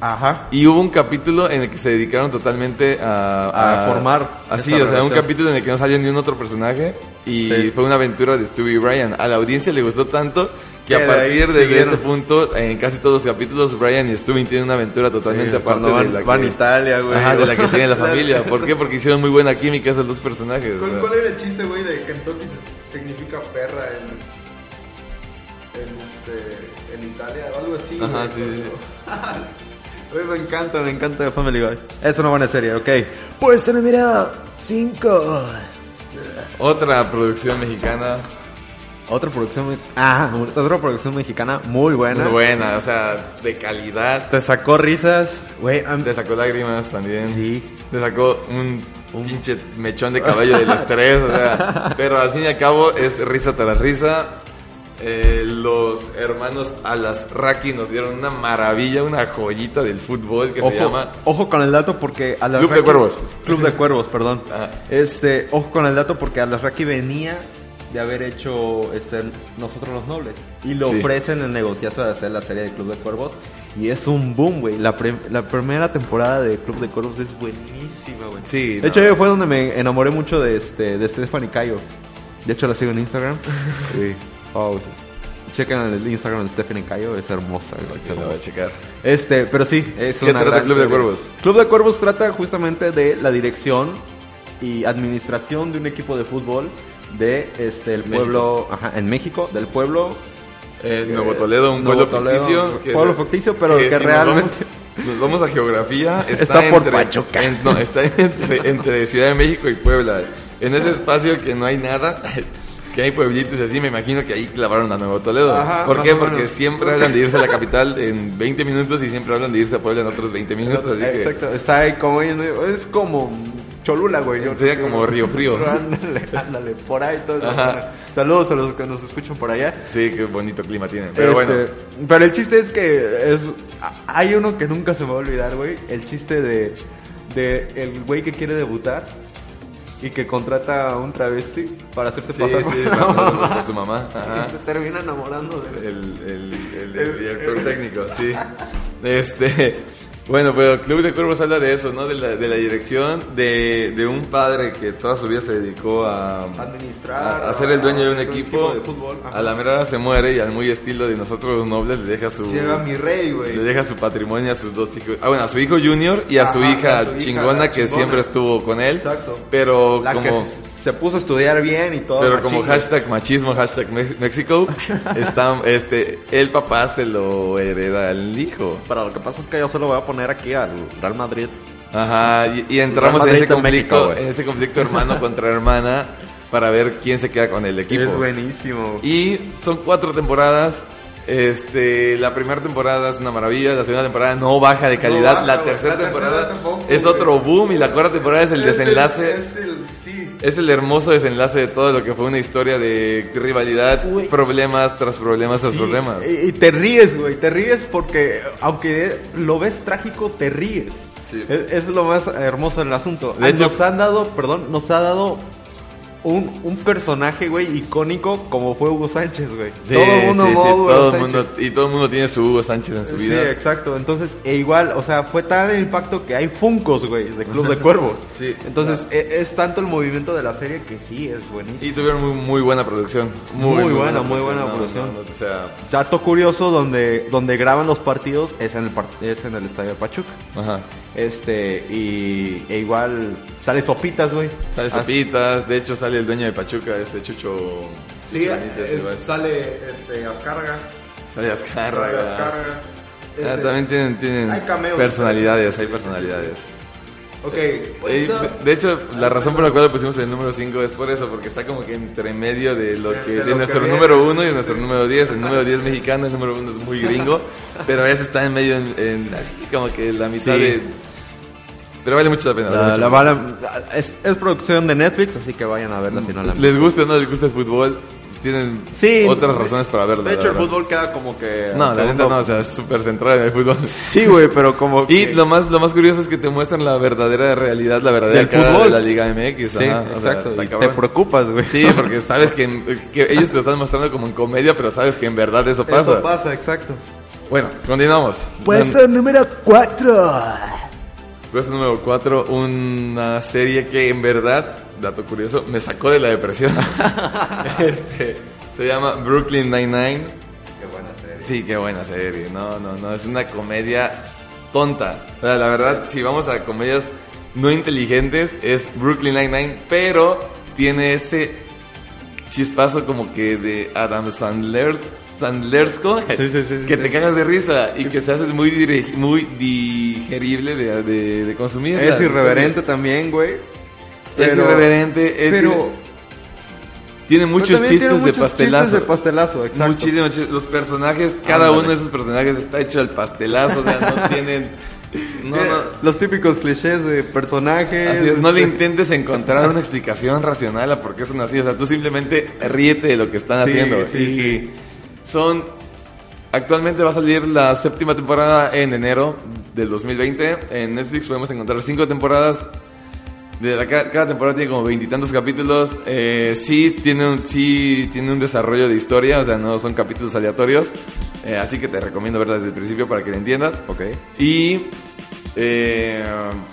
Speaker 1: Ajá.
Speaker 2: Y hubo un capítulo en el que se dedicaron totalmente a,
Speaker 1: A formar
Speaker 2: Así, o
Speaker 1: esta
Speaker 2: sea, un
Speaker 1: relación.
Speaker 2: capítulo en el que no salió ni un otro personaje. Y
Speaker 1: Sí.
Speaker 2: fue una aventura de Stewie y Brian. A la audiencia le gustó tanto que
Speaker 1: Que
Speaker 2: a
Speaker 1: de ahí
Speaker 2: partir de
Speaker 1: siguieron.
Speaker 2: ese punto, en casi todos los capítulos, Brian y Stewie tienen una aventura totalmente
Speaker 1: Sí,
Speaker 2: aparte
Speaker 1: cuando van-
Speaker 2: de la
Speaker 1: van
Speaker 2: que,
Speaker 1: a Italia, güey.
Speaker 2: Ajá, de la que tiene la familia. ¿Por qué? Porque hicieron muy buena química esos dos personajes. o sea.
Speaker 1: era el chiste, güey, de Kentucky significa perra en. En, este, en Italia o algo así?
Speaker 2: Ajá, güey, sí, sí, cuando-
Speaker 1: Güey, me encanta, me encanta Family Guy. Es una buena serie, ok.
Speaker 3: Puesto número 5.
Speaker 2: Otra producción mexicana
Speaker 1: Otra producción. me- Ah, otra producción mexicana muy buena.
Speaker 2: muy buena, o sea, de calidad.
Speaker 1: Te sacó risas. Güey, am-
Speaker 2: Te sacó lágrimas también.
Speaker 1: Sí.
Speaker 2: Te sacó un, pinche mechón de cabello del estrés, o sea. Pero al fin y al cabo es risa tras risa. Eh, los hermanos Alasraki nos dieron una maravilla, una joyita del fútbol que
Speaker 1: ojo,
Speaker 2: se llama.
Speaker 1: ojo con el dato porque a
Speaker 2: Club de Cuervos.
Speaker 1: Club de Cuervos, perdón.
Speaker 2: Ah.
Speaker 1: Este, ojo con el dato porque Alasraki venía de haber hecho este, Nosotros los Nobles. Y lo
Speaker 2: Sí.
Speaker 1: ofrecen el negociazo de hacer la serie de Club de Cuervos. Y es un boom, güey. La, pre- la primera temporada de Club de Cuervos es buenísima, güey.
Speaker 2: Sí,
Speaker 1: De
Speaker 2: no.
Speaker 1: hecho, yo fue donde me enamoré mucho de, este, de Stephanie Cayo. De hecho, la sigo en Instagram.
Speaker 2: Sí.
Speaker 1: Oh, chequen el Instagram de Stephanie Cayo, es hermosa. güey.
Speaker 2: Se lo voy a checar.
Speaker 1: Este, pero sí, es
Speaker 2: ¿Qué
Speaker 1: una
Speaker 2: trata
Speaker 1: gran
Speaker 2: Club de
Speaker 1: serie.
Speaker 2: Cuervos?
Speaker 1: Club de Cuervos trata justamente de la dirección y administración de un equipo de fútbol de este el
Speaker 2: México.
Speaker 1: pueblo ajá, en México, del pueblo
Speaker 2: Eh,
Speaker 1: eh,
Speaker 2: Nuevo Toledo, un
Speaker 1: Nuevo
Speaker 2: pueblo
Speaker 1: Toledo,
Speaker 2: ficticio.
Speaker 1: un pueblo ficticio, pero que
Speaker 2: Eh, si
Speaker 1: realmente-
Speaker 2: Nos vamos, nos vamos a geografía. Está,
Speaker 1: Está por
Speaker 2: entre,
Speaker 1: Pachuca.
Speaker 2: en- no, está entre, entre Ciudad de México y Puebla. En ese espacio que no hay nada, que hay pueblitos y así, me imagino que ahí clavaron a Nuevo Toledo.
Speaker 1: Ajá,
Speaker 2: ¿Por
Speaker 1: más
Speaker 2: qué?
Speaker 1: o menos.
Speaker 2: Porque siempre hablan de irse a la capital en 20 minutos y siempre hablan de irse a Puebla en otros 20 minutos. Así que
Speaker 1: Exacto, está ahí como es como Cholula, güey. yo-
Speaker 2: Sería como Río Frío.
Speaker 1: Ándale, ándale, por ahí todo eso.
Speaker 2: Ajá.
Speaker 1: Saludos a los que nos escuchan por allá.
Speaker 2: sí, qué bonito clima tienen. Pero
Speaker 1: Este,
Speaker 2: bueno,
Speaker 1: Pero el chiste es que es, a- hay uno que nunca se me va a olvidar, güey. El chiste de, de el güey que quiere debutar y que contrata a un travesti para hacerse
Speaker 2: sí,
Speaker 1: pasar por
Speaker 2: sí,
Speaker 1: la
Speaker 2: vamos
Speaker 1: mamá.
Speaker 2: a su mamá. Ajá.
Speaker 1: Y se termina enamorando de
Speaker 2: El,
Speaker 1: él.
Speaker 2: el, el,
Speaker 1: El-
Speaker 2: director técnico, sí. Este, bueno, pero Club de Cuervos habla de eso, ¿no? De la, de la dirección de, de un padre que toda su vida se dedicó a...
Speaker 1: Administrar,
Speaker 2: A, a ser el dueño de un
Speaker 1: a-
Speaker 2: equipo.
Speaker 1: de fútbol. ajá.
Speaker 2: a la mera hora se muere y al muy estilo de nosotros los nobles le deja su...
Speaker 1: Llega mi rey, güey.
Speaker 2: Le deja su patrimonio a sus dos hijos. Ah, bueno, a su hijo Junior y a su
Speaker 1: Ajá,
Speaker 2: hija
Speaker 1: a su hija,
Speaker 2: chingona
Speaker 1: la
Speaker 2: que
Speaker 1: chingona.
Speaker 2: siempre estuvo con él.
Speaker 1: Exacto.
Speaker 2: Pero
Speaker 1: La que
Speaker 2: como...
Speaker 1: se- se puso a estudiar bien y todo.
Speaker 2: Pero como
Speaker 1: machín, güey.
Speaker 2: hashtag machismo, hashtag Mex- México, está, este, el papá se lo hereda al hijo.
Speaker 1: Pero lo que pasa es que yo se lo voy a poner aquí al Real Madrid.
Speaker 2: Ajá, y, y entramos
Speaker 1: Real
Speaker 2: en ese
Speaker 1: Madrid en
Speaker 2: conflicto,
Speaker 1: México, güey.
Speaker 2: en ese conflicto hermano contra hermana para ver quién se queda con el equipo.
Speaker 1: Es buenísimo.
Speaker 2: Y son cuatro temporadas. Este, la primera temporada es una maravilla, la segunda temporada no baja de calidad,
Speaker 1: baja,
Speaker 2: la
Speaker 1: güey.
Speaker 2: tercera
Speaker 1: La tercera
Speaker 2: temporada
Speaker 1: tampoco,
Speaker 2: es
Speaker 1: güey.
Speaker 2: otro boom y la cuarta temporada es el
Speaker 1: Es
Speaker 2: desenlace.
Speaker 1: es el- sí.
Speaker 2: Es el hermoso desenlace de todo lo que fue una historia de rivalidad,
Speaker 3: Güey.
Speaker 2: problemas tras problemas tras
Speaker 1: Sí,
Speaker 2: problemas.
Speaker 1: Y, y te ríes, güey, te ríes porque aunque lo ves trágico, te ríes.
Speaker 2: Sí.
Speaker 1: Es, es lo más hermoso del asunto.
Speaker 2: De hecho-
Speaker 1: nos han dado, perdón, nos ha dado un, un personaje, güey, icónico como fue Hugo Sánchez, güey.
Speaker 2: Sí,
Speaker 1: todo el mundo
Speaker 2: sí, sí,
Speaker 1: amó a Hugo
Speaker 2: todo el
Speaker 1: Sánchez.
Speaker 2: mundo- y todo el mundo tiene su Hugo Sánchez en su
Speaker 1: Sí,
Speaker 2: vida.
Speaker 1: exacto. Entonces, e igual, o sea, fue tal el impacto que hay Funcos, güey, de Club de Cuervos.
Speaker 2: Sí.
Speaker 1: Entonces, e- es, tanto el movimiento de la serie que sí es buenísimo.
Speaker 2: Y tuvieron muy, muy buena producción.
Speaker 1: Muy buena, muy buena
Speaker 2: No,
Speaker 1: producción.
Speaker 2: no, o sea,
Speaker 1: Dato curioso, donde, donde graban los partidos es en el, par- es en el estadio de Pachuca.
Speaker 2: ajá.
Speaker 1: Este, y e igual sale Sopitas, güey.
Speaker 2: Sale
Speaker 1: Así-
Speaker 2: Sopitas, de hecho sale el dueño de Pachuca, este Chucho.
Speaker 1: Sí,
Speaker 2: Chucho Benítez,
Speaker 1: es-
Speaker 2: igual.
Speaker 1: sale este, Azcárraga.
Speaker 2: sale Azcárraga.
Speaker 1: Sale Azcárraga.
Speaker 2: Ah,
Speaker 1: Este,
Speaker 2: también tienen, tienen
Speaker 1: hay cameos.
Speaker 2: personalidades, hay personalidades.
Speaker 1: Ok, pues,
Speaker 2: Eh,
Speaker 1: esta-
Speaker 2: de- de hecho, la razón por la cual le pusimos el número 5 es por eso, porque está como que entre medio de lo
Speaker 1: De-
Speaker 2: que
Speaker 1: de
Speaker 2: de,
Speaker 1: lo que
Speaker 2: nuestro
Speaker 1: viene,
Speaker 2: número 1 y de nuestro número 10. El número 10 mexicano, el número 1 es muy gringo, pero ese está en medio, en, en- así como que la mitad
Speaker 1: Sí.
Speaker 2: de... Pero vale mucho la pena. vale
Speaker 1: la-
Speaker 2: mucho
Speaker 1: la
Speaker 2: la pena.
Speaker 1: bala- es, es producción de Netflix, así que vayan a verla si no la han
Speaker 2: ¿Les gusta o no les gusta el fútbol? Tienen
Speaker 1: Sí.
Speaker 2: otras razones para verlo.
Speaker 1: De hecho,
Speaker 2: la
Speaker 1: el
Speaker 2: verdad.
Speaker 1: fútbol queda como que.
Speaker 2: No, la neta
Speaker 1: segundo-
Speaker 2: no, o sea, es súper central en el fútbol.
Speaker 1: Sí, güey, pero como.
Speaker 2: Y
Speaker 1: que-
Speaker 2: lo más, lo más curioso es que te muestran la verdadera realidad, la verdadera
Speaker 1: Del
Speaker 2: cara de
Speaker 1: fútbol.
Speaker 2: la Liga MX.
Speaker 1: Sí,
Speaker 2: ajá, o sea,
Speaker 1: exacto.
Speaker 2: está
Speaker 1: y te
Speaker 2: cabrón.
Speaker 1: preocupas, güey.
Speaker 2: Sí, porque sabes que, que ellos te lo están mostrando como en comedia, pero sabes que en verdad eso pasa.
Speaker 1: Eso pasa, Pues exacto.
Speaker 2: Bueno, continuamos.
Speaker 3: Puesto
Speaker 2: Dan-
Speaker 3: número 4.
Speaker 2: Puesto número 4, una serie que en verdad, dato curioso, me sacó de la depresión. este, se llama Brooklyn Nine-Nine.
Speaker 1: Qué buena serie.
Speaker 2: Sí, qué buena serie. No, no, no, es una comedia tonta. O sea, la verdad, si vamos a comedias no inteligentes, es Brooklyn Nine-Nine, pero tiene ese chispazo como que de Adam Sandler, Sandlersco,
Speaker 1: Sí, sí, sí, sí,
Speaker 2: que
Speaker 1: sí.
Speaker 2: te cagas de risa y que te haces muy, diri- muy digerible de, de- de consumir.
Speaker 1: Es irreverente también, güey.
Speaker 2: es
Speaker 1: pero-
Speaker 2: irreverente, es-
Speaker 1: Pero.
Speaker 2: tiene muchos
Speaker 1: pero también
Speaker 2: chistes
Speaker 1: tiene
Speaker 2: de
Speaker 1: muchos
Speaker 2: pastelazo.
Speaker 1: chistes de pastelazo, exacto. Ah,
Speaker 2: Muchísimos chistes. Los personajes, cada
Speaker 1: Ándale.
Speaker 2: uno de esos personajes está hecho al pastelazo, o sea, no tienen. No,
Speaker 1: Tiene
Speaker 2: no.
Speaker 1: Los típicos clichés de personajes.
Speaker 2: Así es, no le
Speaker 1: este,
Speaker 2: intentes encontrar una explicación racional a por qué son así. O sea, tú simplemente ríete de lo que están
Speaker 1: Sí,
Speaker 2: haciendo.
Speaker 1: sí,
Speaker 2: y son. Actualmente va a salir la séptima temporada en enero del 2020. En Netflix podemos encontrar cinco temporadas. De la, ca- cada temporada tiene como veintitantos capítulos. Eh, sí, tiene un, sí tiene un desarrollo de historia, o sea, no son capítulos aleatorios. Eh, así que te recomiendo verla desde el principio para que la entiendas.
Speaker 1: Ok.
Speaker 2: Y eh,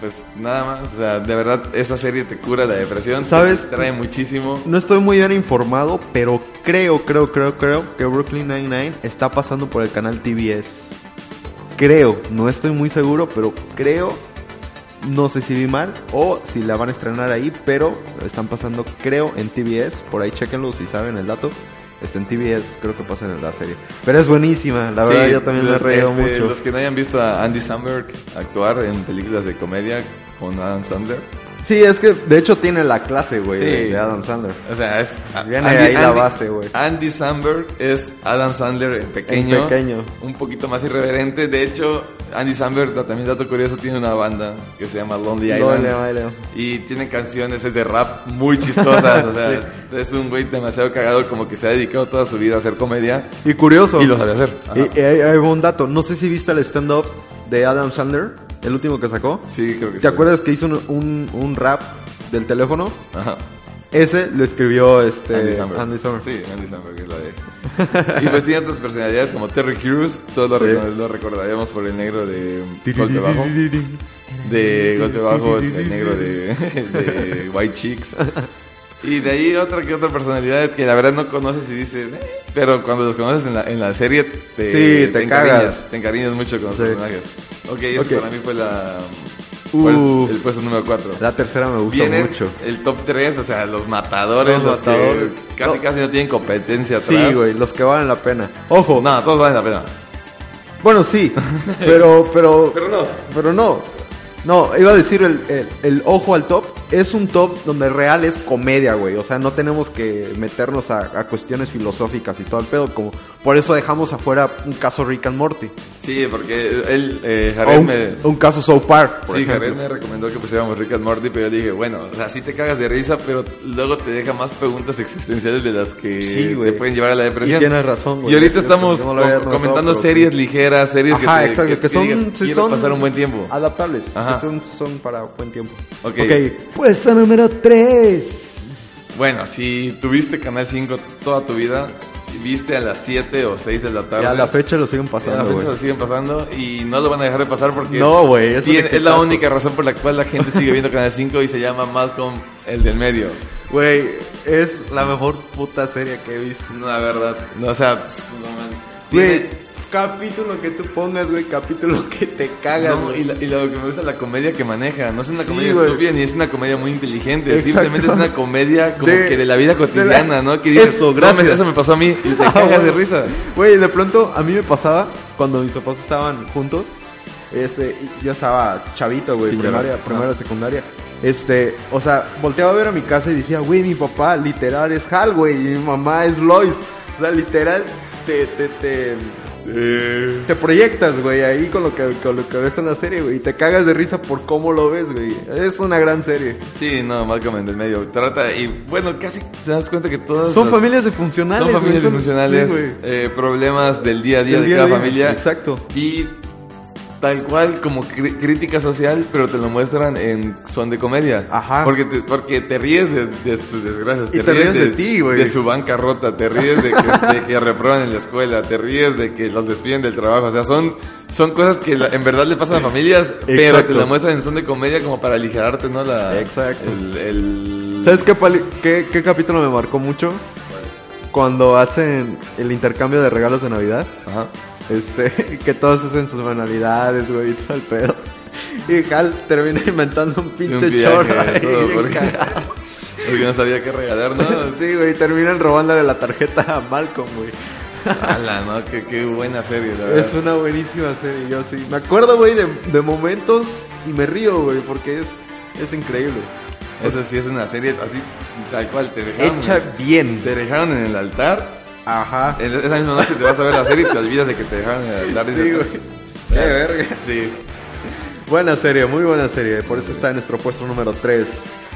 Speaker 2: pues nada más, o sea, de verdad esa serie te cura la depresión, te
Speaker 1: ¿Sabes?
Speaker 2: distrae muchísimo.
Speaker 1: No estoy muy bien informado, pero creo, creo, creo, creo que Brooklyn Nine-Nine está pasando por el canal TBS. Creo, no estoy muy seguro, pero creo, no sé si vi mal o si la van a estrenar ahí, pero están pasando, creo, en TBS. Por ahí chequenlo si saben el dato. Está en TBS, creo que pasa en la serie. Pero es buenísima, la verdad
Speaker 2: Sí,
Speaker 1: yo también me he
Speaker 2: los-
Speaker 1: reído
Speaker 2: este,
Speaker 1: mucho.
Speaker 2: Los que no hayan visto a Andy Samberg actuar en películas de comedia con Adam Sandler,
Speaker 1: Sí, es que de hecho tiene la clase, güey,
Speaker 2: Sí.
Speaker 1: de de Adam Sandler.
Speaker 2: o sea, es
Speaker 1: Viene ahí la base, güey.
Speaker 2: Andy Samberg es Adam Sandler en pequeño,
Speaker 1: En pequeño.
Speaker 2: un poquito más irreverente. De hecho, Andy Samberg también dato curioso tiene una banda que se llama Lonely Island.
Speaker 1: Dole, baile.
Speaker 2: Y tiene canciones de rap muy chistosas. O sea, es un güey demasiado cagado, como que se ha dedicado toda su vida a hacer comedia.
Speaker 1: Y curioso.
Speaker 2: Y lo sabe hacer. Ajá.
Speaker 1: Y, y hay, hay un dato. No sé si viste el stand-up de Adam Sandler, el último que sacó.
Speaker 2: Sí, creo que sí.
Speaker 1: ¿Te acuerdas que hizo un, un- un rap del teléfono?
Speaker 2: Ajá.
Speaker 1: Ese lo escribió este,
Speaker 2: Andy Samberg.
Speaker 1: Samberg.
Speaker 2: Sí, Andy Samberg es la de. y pues tiene otras personalidades como Terry Crews, todos lo,
Speaker 1: Sí.
Speaker 2: recor- lo recordaríamos por el negro de Golpe Bajo. De Golpe Bajo, el negro de, de White Chicks. Y de ahí otra que otra personalidad que la verdad no conoces y dices, "Eh", pero cuando los conoces en la, en la serie te,
Speaker 1: Sí, te
Speaker 2: encariñas,
Speaker 1: cagas.
Speaker 2: te encariñas mucho con los
Speaker 1: Sí.
Speaker 2: personajes. Ok, eso
Speaker 1: Ok.
Speaker 2: para mí fue la
Speaker 1: Uh.
Speaker 2: fue el puesto número 4.
Speaker 1: La tercera me gustó
Speaker 2: Vienen
Speaker 1: mucho.
Speaker 2: el top 3, o sea, los matadores,
Speaker 1: Los
Speaker 2: los, que
Speaker 1: matadores.
Speaker 2: casi
Speaker 1: No.
Speaker 2: casi no tienen competencia atrás.
Speaker 1: Sí, güey, los que valen la pena. Ojo,
Speaker 2: No, todos valen la pena.
Speaker 1: bueno, sí, pero, pero,
Speaker 2: Pero no.
Speaker 1: pero no. No, iba a decir el, el- el ojo al top. Es un top donde real es comedia, güey. O sea, no tenemos que meternos a, a cuestiones filosóficas y todo el pedo. Como, por eso dejamos afuera un caso Rick and Morty.
Speaker 2: Sí, porque él, eh,
Speaker 1: O
Speaker 2: Jared
Speaker 1: un,
Speaker 2: me,
Speaker 1: un caso South Park, por
Speaker 2: sí,
Speaker 1: ejemplo.
Speaker 2: Jared me recomendó que pusiéramos Rick and Morty, pero yo le dije, bueno, o sea, sí te cagas de risa, pero luego te deja más preguntas existenciales de las que
Speaker 1: Sí, güey.
Speaker 2: te pueden llevar a la depresión.
Speaker 1: Y tienes razón, güey.
Speaker 2: Y ahorita
Speaker 1: Es cierto,
Speaker 2: estamos
Speaker 1: no lo había
Speaker 2: co-
Speaker 1: notado,
Speaker 2: comentando
Speaker 1: pero
Speaker 2: series
Speaker 1: sí.
Speaker 2: ligeras, series
Speaker 1: Ajá,
Speaker 2: que, te-
Speaker 1: exacto, que,
Speaker 2: que
Speaker 1: son,
Speaker 2: digas,
Speaker 1: sí,
Speaker 2: "Quiero
Speaker 1: son
Speaker 2: pasar un buen tiempo.
Speaker 1: Adaptables,
Speaker 2: Ajá.
Speaker 1: que son, son para buen tiempo.
Speaker 2: Ok.
Speaker 3: Puesto número 3.
Speaker 2: Bueno, si tuviste Canal 5 toda tu vida, viste a las 7 o 6 de la tarde.
Speaker 1: Y a la fecha lo siguen
Speaker 2: A la
Speaker 1: pasando,
Speaker 2: fecha
Speaker 1: güey.
Speaker 2: lo siguen pasando y no lo van a dejar de pasar porque
Speaker 1: No, güey, es un
Speaker 2: tiene- es la
Speaker 1: exitazo.
Speaker 2: única razón por la cual la gente sigue viendo Canal 5 y se llama Malcolm el del medio.
Speaker 1: Güey, es la mejor puta serie que he visto.
Speaker 2: No, La verdad, no, o sea, no man.
Speaker 1: Güey,
Speaker 2: Tiene-
Speaker 1: capítulo que tú pongas, güey, capítulo que te cagas,
Speaker 2: no,
Speaker 1: güey.
Speaker 2: y, la- y lo que me gusta es la comedia que maneja. No es una
Speaker 1: Sí,
Speaker 2: comedia
Speaker 1: güey.
Speaker 2: estúpida ni es una comedia muy inteligente.
Speaker 1: Exacto.
Speaker 2: Simplemente es una comedia como
Speaker 1: De-
Speaker 2: que de la vida
Speaker 1: de la-
Speaker 2: cotidiana, ¿no? Que dices,
Speaker 1: Eso,
Speaker 2: "No, me-
Speaker 1: gracias".
Speaker 2: eso me pasó a mí y te
Speaker 1: Ah,
Speaker 2: cagas de
Speaker 1: bueno.
Speaker 2: risa.
Speaker 1: Güey, de pronto a mí me pasaba cuando mis papás estaban juntos. Este, y yo estaba chavito, güey,
Speaker 2: Sí,
Speaker 1: primaria,
Speaker 2: claro.
Speaker 1: primaria, secundaria. Este, o sea, volteaba a ver a mi casa y decía, güey, mi papá literal es Hal, güey, y mi mamá es Lois. O sea, literal, te, te, te, te proyectas, güey, ahí con lo, que, con lo que ves en la serie, güey, y te cagas de risa por cómo lo ves, güey. Es una gran serie.
Speaker 2: Sí, no, Malcolm en el medio. Trata, y bueno, casi te das cuenta que todas
Speaker 1: Son
Speaker 2: las-
Speaker 1: familias disfuncionales.
Speaker 2: Son familias
Speaker 1: güey,
Speaker 2: disfuncionales,
Speaker 1: sí, güey.
Speaker 2: eh, problemas del día a día
Speaker 1: Del
Speaker 2: de
Speaker 1: día a
Speaker 2: cada
Speaker 1: día,
Speaker 2: familia.
Speaker 1: exacto.
Speaker 2: Y tal cual como cri- crítica social, pero te lo muestran en son de comedia.
Speaker 1: Ajá.
Speaker 2: Porque te, porque te ríes de, de sus desgracias.
Speaker 1: Y te ríes de ti, güey.
Speaker 2: De su bancarrota, te ríes de que, de que reprueban en la escuela, te ríes de que los despiden del trabajo. O sea, son, son cosas que la- en verdad le pasan a familias, pero te
Speaker 1: Exacto.
Speaker 2: lo muestran en son de comedia como para aligerarte, ¿no? La,
Speaker 1: Exacto.
Speaker 2: el- el-
Speaker 1: ¿Sabes qué, pali- qué, qué capítulo me marcó mucho? Cuando hacen el intercambio de regalos de Navidad.
Speaker 2: Ajá.
Speaker 1: Este, que todos hacen sus manualidades, güey, y todo el pedo. Y Hal termina inventando un
Speaker 2: Sí, un
Speaker 1: pinche
Speaker 2: viaje,
Speaker 1: chorro. ahí,
Speaker 2: todo,
Speaker 1: bien
Speaker 2: porque,
Speaker 1: cagado.
Speaker 2: porque no sabía qué regalar, ¿no?
Speaker 1: Sí, güey, terminan robándole la tarjeta a Malcolm, güey.
Speaker 2: Ala, ¿no? Qué, qué buena serie, la verdad.
Speaker 1: Es una buenísima serie, yo sí. Me acuerdo, güey, de, de momentos y me río, güey, porque es, es increíble.
Speaker 2: Esa sí es una serie así, tal cual, te dejaron.
Speaker 1: Hecha bien.
Speaker 2: Te dejaron en el altar.
Speaker 1: Ajá.
Speaker 2: en- Esa misma noche te vas a ver la serie y te olvidas de que te dejaron en el altar.
Speaker 1: Sí,
Speaker 2: dices,
Speaker 1: güey. Qué
Speaker 2: "Ah,
Speaker 1: verga.
Speaker 2: Sí.
Speaker 1: Buena serie, muy buena serie. Por eso está en nuestro puesto número 3.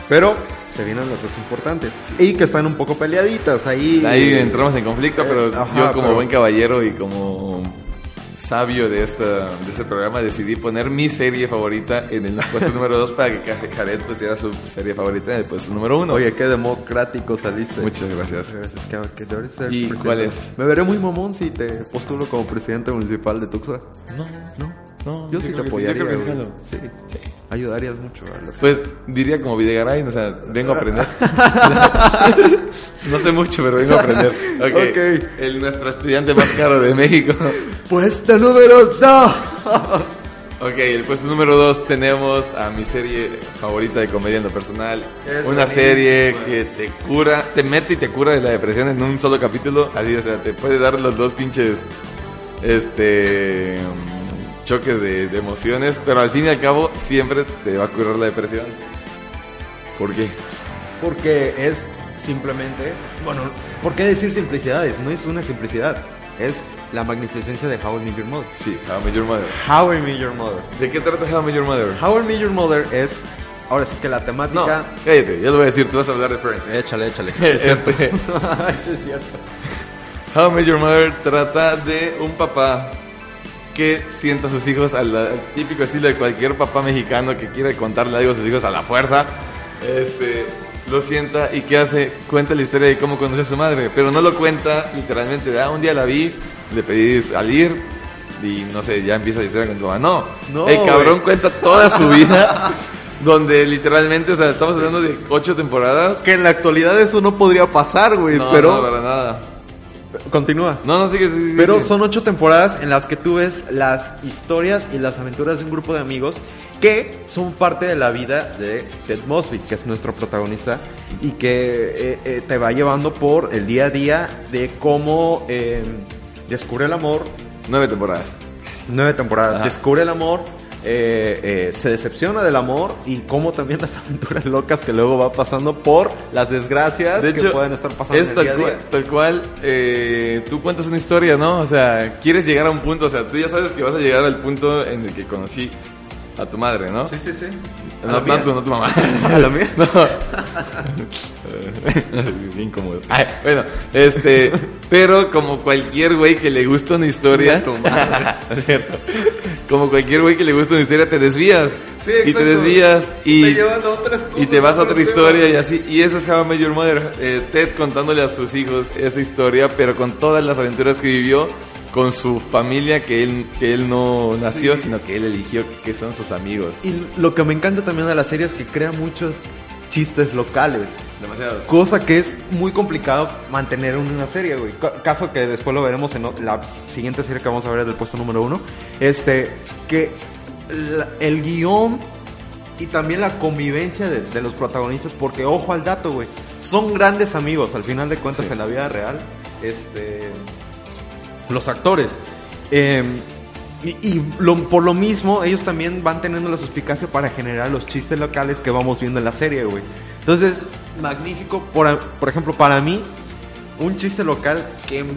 Speaker 1: Pero se vienen las dos importantes. Y que están un poco peleaditas ahí.
Speaker 2: Ahí entramos en conflicto, pero
Speaker 1: Eh, ajá,
Speaker 2: yo como
Speaker 1: pero-
Speaker 2: buen caballero y como sabio de, esta, de este programa, decidí poner mi serie favorita en el puesto número 2 para que Jared pues diera su serie favorita en el puesto número 1.
Speaker 1: Oye, qué democrático saliste.
Speaker 2: Muchas gracias.
Speaker 1: Gracias, que, que deberías ser
Speaker 2: ¿Y
Speaker 1: presidente.
Speaker 2: cuál es?
Speaker 1: Me veré muy mamón si te postulo como presidente municipal de Tuxtla.
Speaker 2: No, no, no.
Speaker 1: Yo sí te
Speaker 2: creo que
Speaker 1: apoyaría.
Speaker 2: yo creo que sí,
Speaker 1: güey.
Speaker 2: jalo.
Speaker 1: sí, Ayudarías mucho a las
Speaker 2: Pues diría como Videgaray, o sea, vengo a aprender. no sé mucho, pero vengo a aprender. Ok.
Speaker 1: Ok.
Speaker 2: El, nuestro estudiante más caro de México.
Speaker 3: Puesto número 2.
Speaker 2: Ok, el puesto número 2 tenemos a mi serie favorita de comedia en lo personal.
Speaker 1: Es
Speaker 2: Una
Speaker 1: buenísima.
Speaker 2: serie que te cura, te mete y te cura de la depresión en un solo capítulo. Así, o sea, te puede dar los dos pinches este mm, choques de, de emociones, pero al fin y al cabo siempre te va a curar la depresión. ¿Por qué?
Speaker 1: Porque es simplemente, bueno, ¿por qué decir simplicidades? No es una simplicidad, es la magnificencia de How I Met Your Mother.
Speaker 2: Sí, How I Met Your Mother.
Speaker 1: How I Met Your Mother.
Speaker 2: ¿De qué trata How I Met Your Mother?
Speaker 1: How I Met Your Mother es, ahora sí que la
Speaker 2: No,
Speaker 1: temática...
Speaker 2: cállate, yo lo voy a decir, tú vas a hablar de Friends. ¿eh?
Speaker 1: Échale, échale.
Speaker 2: Este,
Speaker 1: es cierto.
Speaker 2: How I Met Your Mother trata de un papá que sienta a sus hijos al, al típico estilo de cualquier papá mexicano que quiere contarle algo a sus hijos a la fuerza. Este, lo sienta y qué hace, cuenta la historia de cómo conoció a su madre, pero no lo cuenta literalmente. Ah, un día la vi, le pedí salir y no sé, ya empieza la historia con tu mamá. No,
Speaker 1: No,
Speaker 2: el cabrón
Speaker 1: güey.
Speaker 2: cuenta toda su vida. Donde literalmente, o sea, estamos hablando de ocho temporadas.
Speaker 1: Que en la actualidad eso no podría pasar, güey,
Speaker 2: No,
Speaker 1: pero...
Speaker 2: no, para nada.
Speaker 1: Continúa.
Speaker 2: No, no, sigue, sigue, sigue.
Speaker 1: Pero son ocho temporadas en las que tú ves las historias y las aventuras de un grupo de amigos que son parte de la vida de Ted Mosby, que es nuestro protagonista, y que eh, eh, te va llevando por el día a día de cómo eh, descubre el amor,
Speaker 2: Nueve temporadas.
Speaker 1: nueve temporadas,
Speaker 2: Ajá.
Speaker 1: descubre el amor, eh, eh, se decepciona del amor y cómo también las aventuras locas que luego va pasando por las desgracias
Speaker 2: De
Speaker 1: que
Speaker 2: hecho,
Speaker 1: pueden estar pasando
Speaker 2: es
Speaker 1: en el
Speaker 2: tal
Speaker 1: día a día.
Speaker 2: cual, tal cual, eh, tú cuentas una historia, ¿no? O sea, quieres llegar a un punto, o sea, tú ya sabes que vas a llegar al punto en el que conocí a tu madre, ¿no?
Speaker 1: Sí, sí, sí. A
Speaker 2: No,
Speaker 1: la
Speaker 2: no,
Speaker 1: mía.
Speaker 2: tu, Ah, no tu mamá.
Speaker 1: A la mía.
Speaker 2: No. Qué incómodo. Ay, bueno, este, pero como cualquier güey que le gusta una historia,
Speaker 1: Tu
Speaker 2: Es cierto. Como cualquier güey que le gusta una historia, te desvías.
Speaker 1: Sí,
Speaker 2: y te
Speaker 1: exacto.
Speaker 2: desvías y
Speaker 1: Te llevan a otras
Speaker 2: y
Speaker 1: cosas,
Speaker 2: te vas a otra
Speaker 1: otros
Speaker 2: historia
Speaker 1: temas.
Speaker 2: y así. Y eso es How I Met Your Mother. Eh, Ted contándole a sus hijos esa historia, pero con todas las aventuras que vivió con su familia que él, que él no nació, sino que él eligió que son sus amigos.
Speaker 1: Y lo que me encanta también de la serie es que crea muchos chistes locales.
Speaker 2: Demasiados.
Speaker 1: Cosa que es muy complicado mantener en una serie, güey. Ca- Caso que después lo veremos en o- la siguiente serie que vamos a ver es del puesto número uno. Este, que la- el guión y también la convivencia de, de los protagonistas, porque ojo al dato, güey. Son grandes amigos, al final de cuentas,
Speaker 2: Sí.
Speaker 1: en la vida real. Este los actores. Eh, y y lo- por lo mismo, ellos también van teniendo la suspicacia para generar los chistes locales que vamos viendo en la serie, güey. Entonces, magnífico. Por, a- por ejemplo, para mí, un chiste local que m-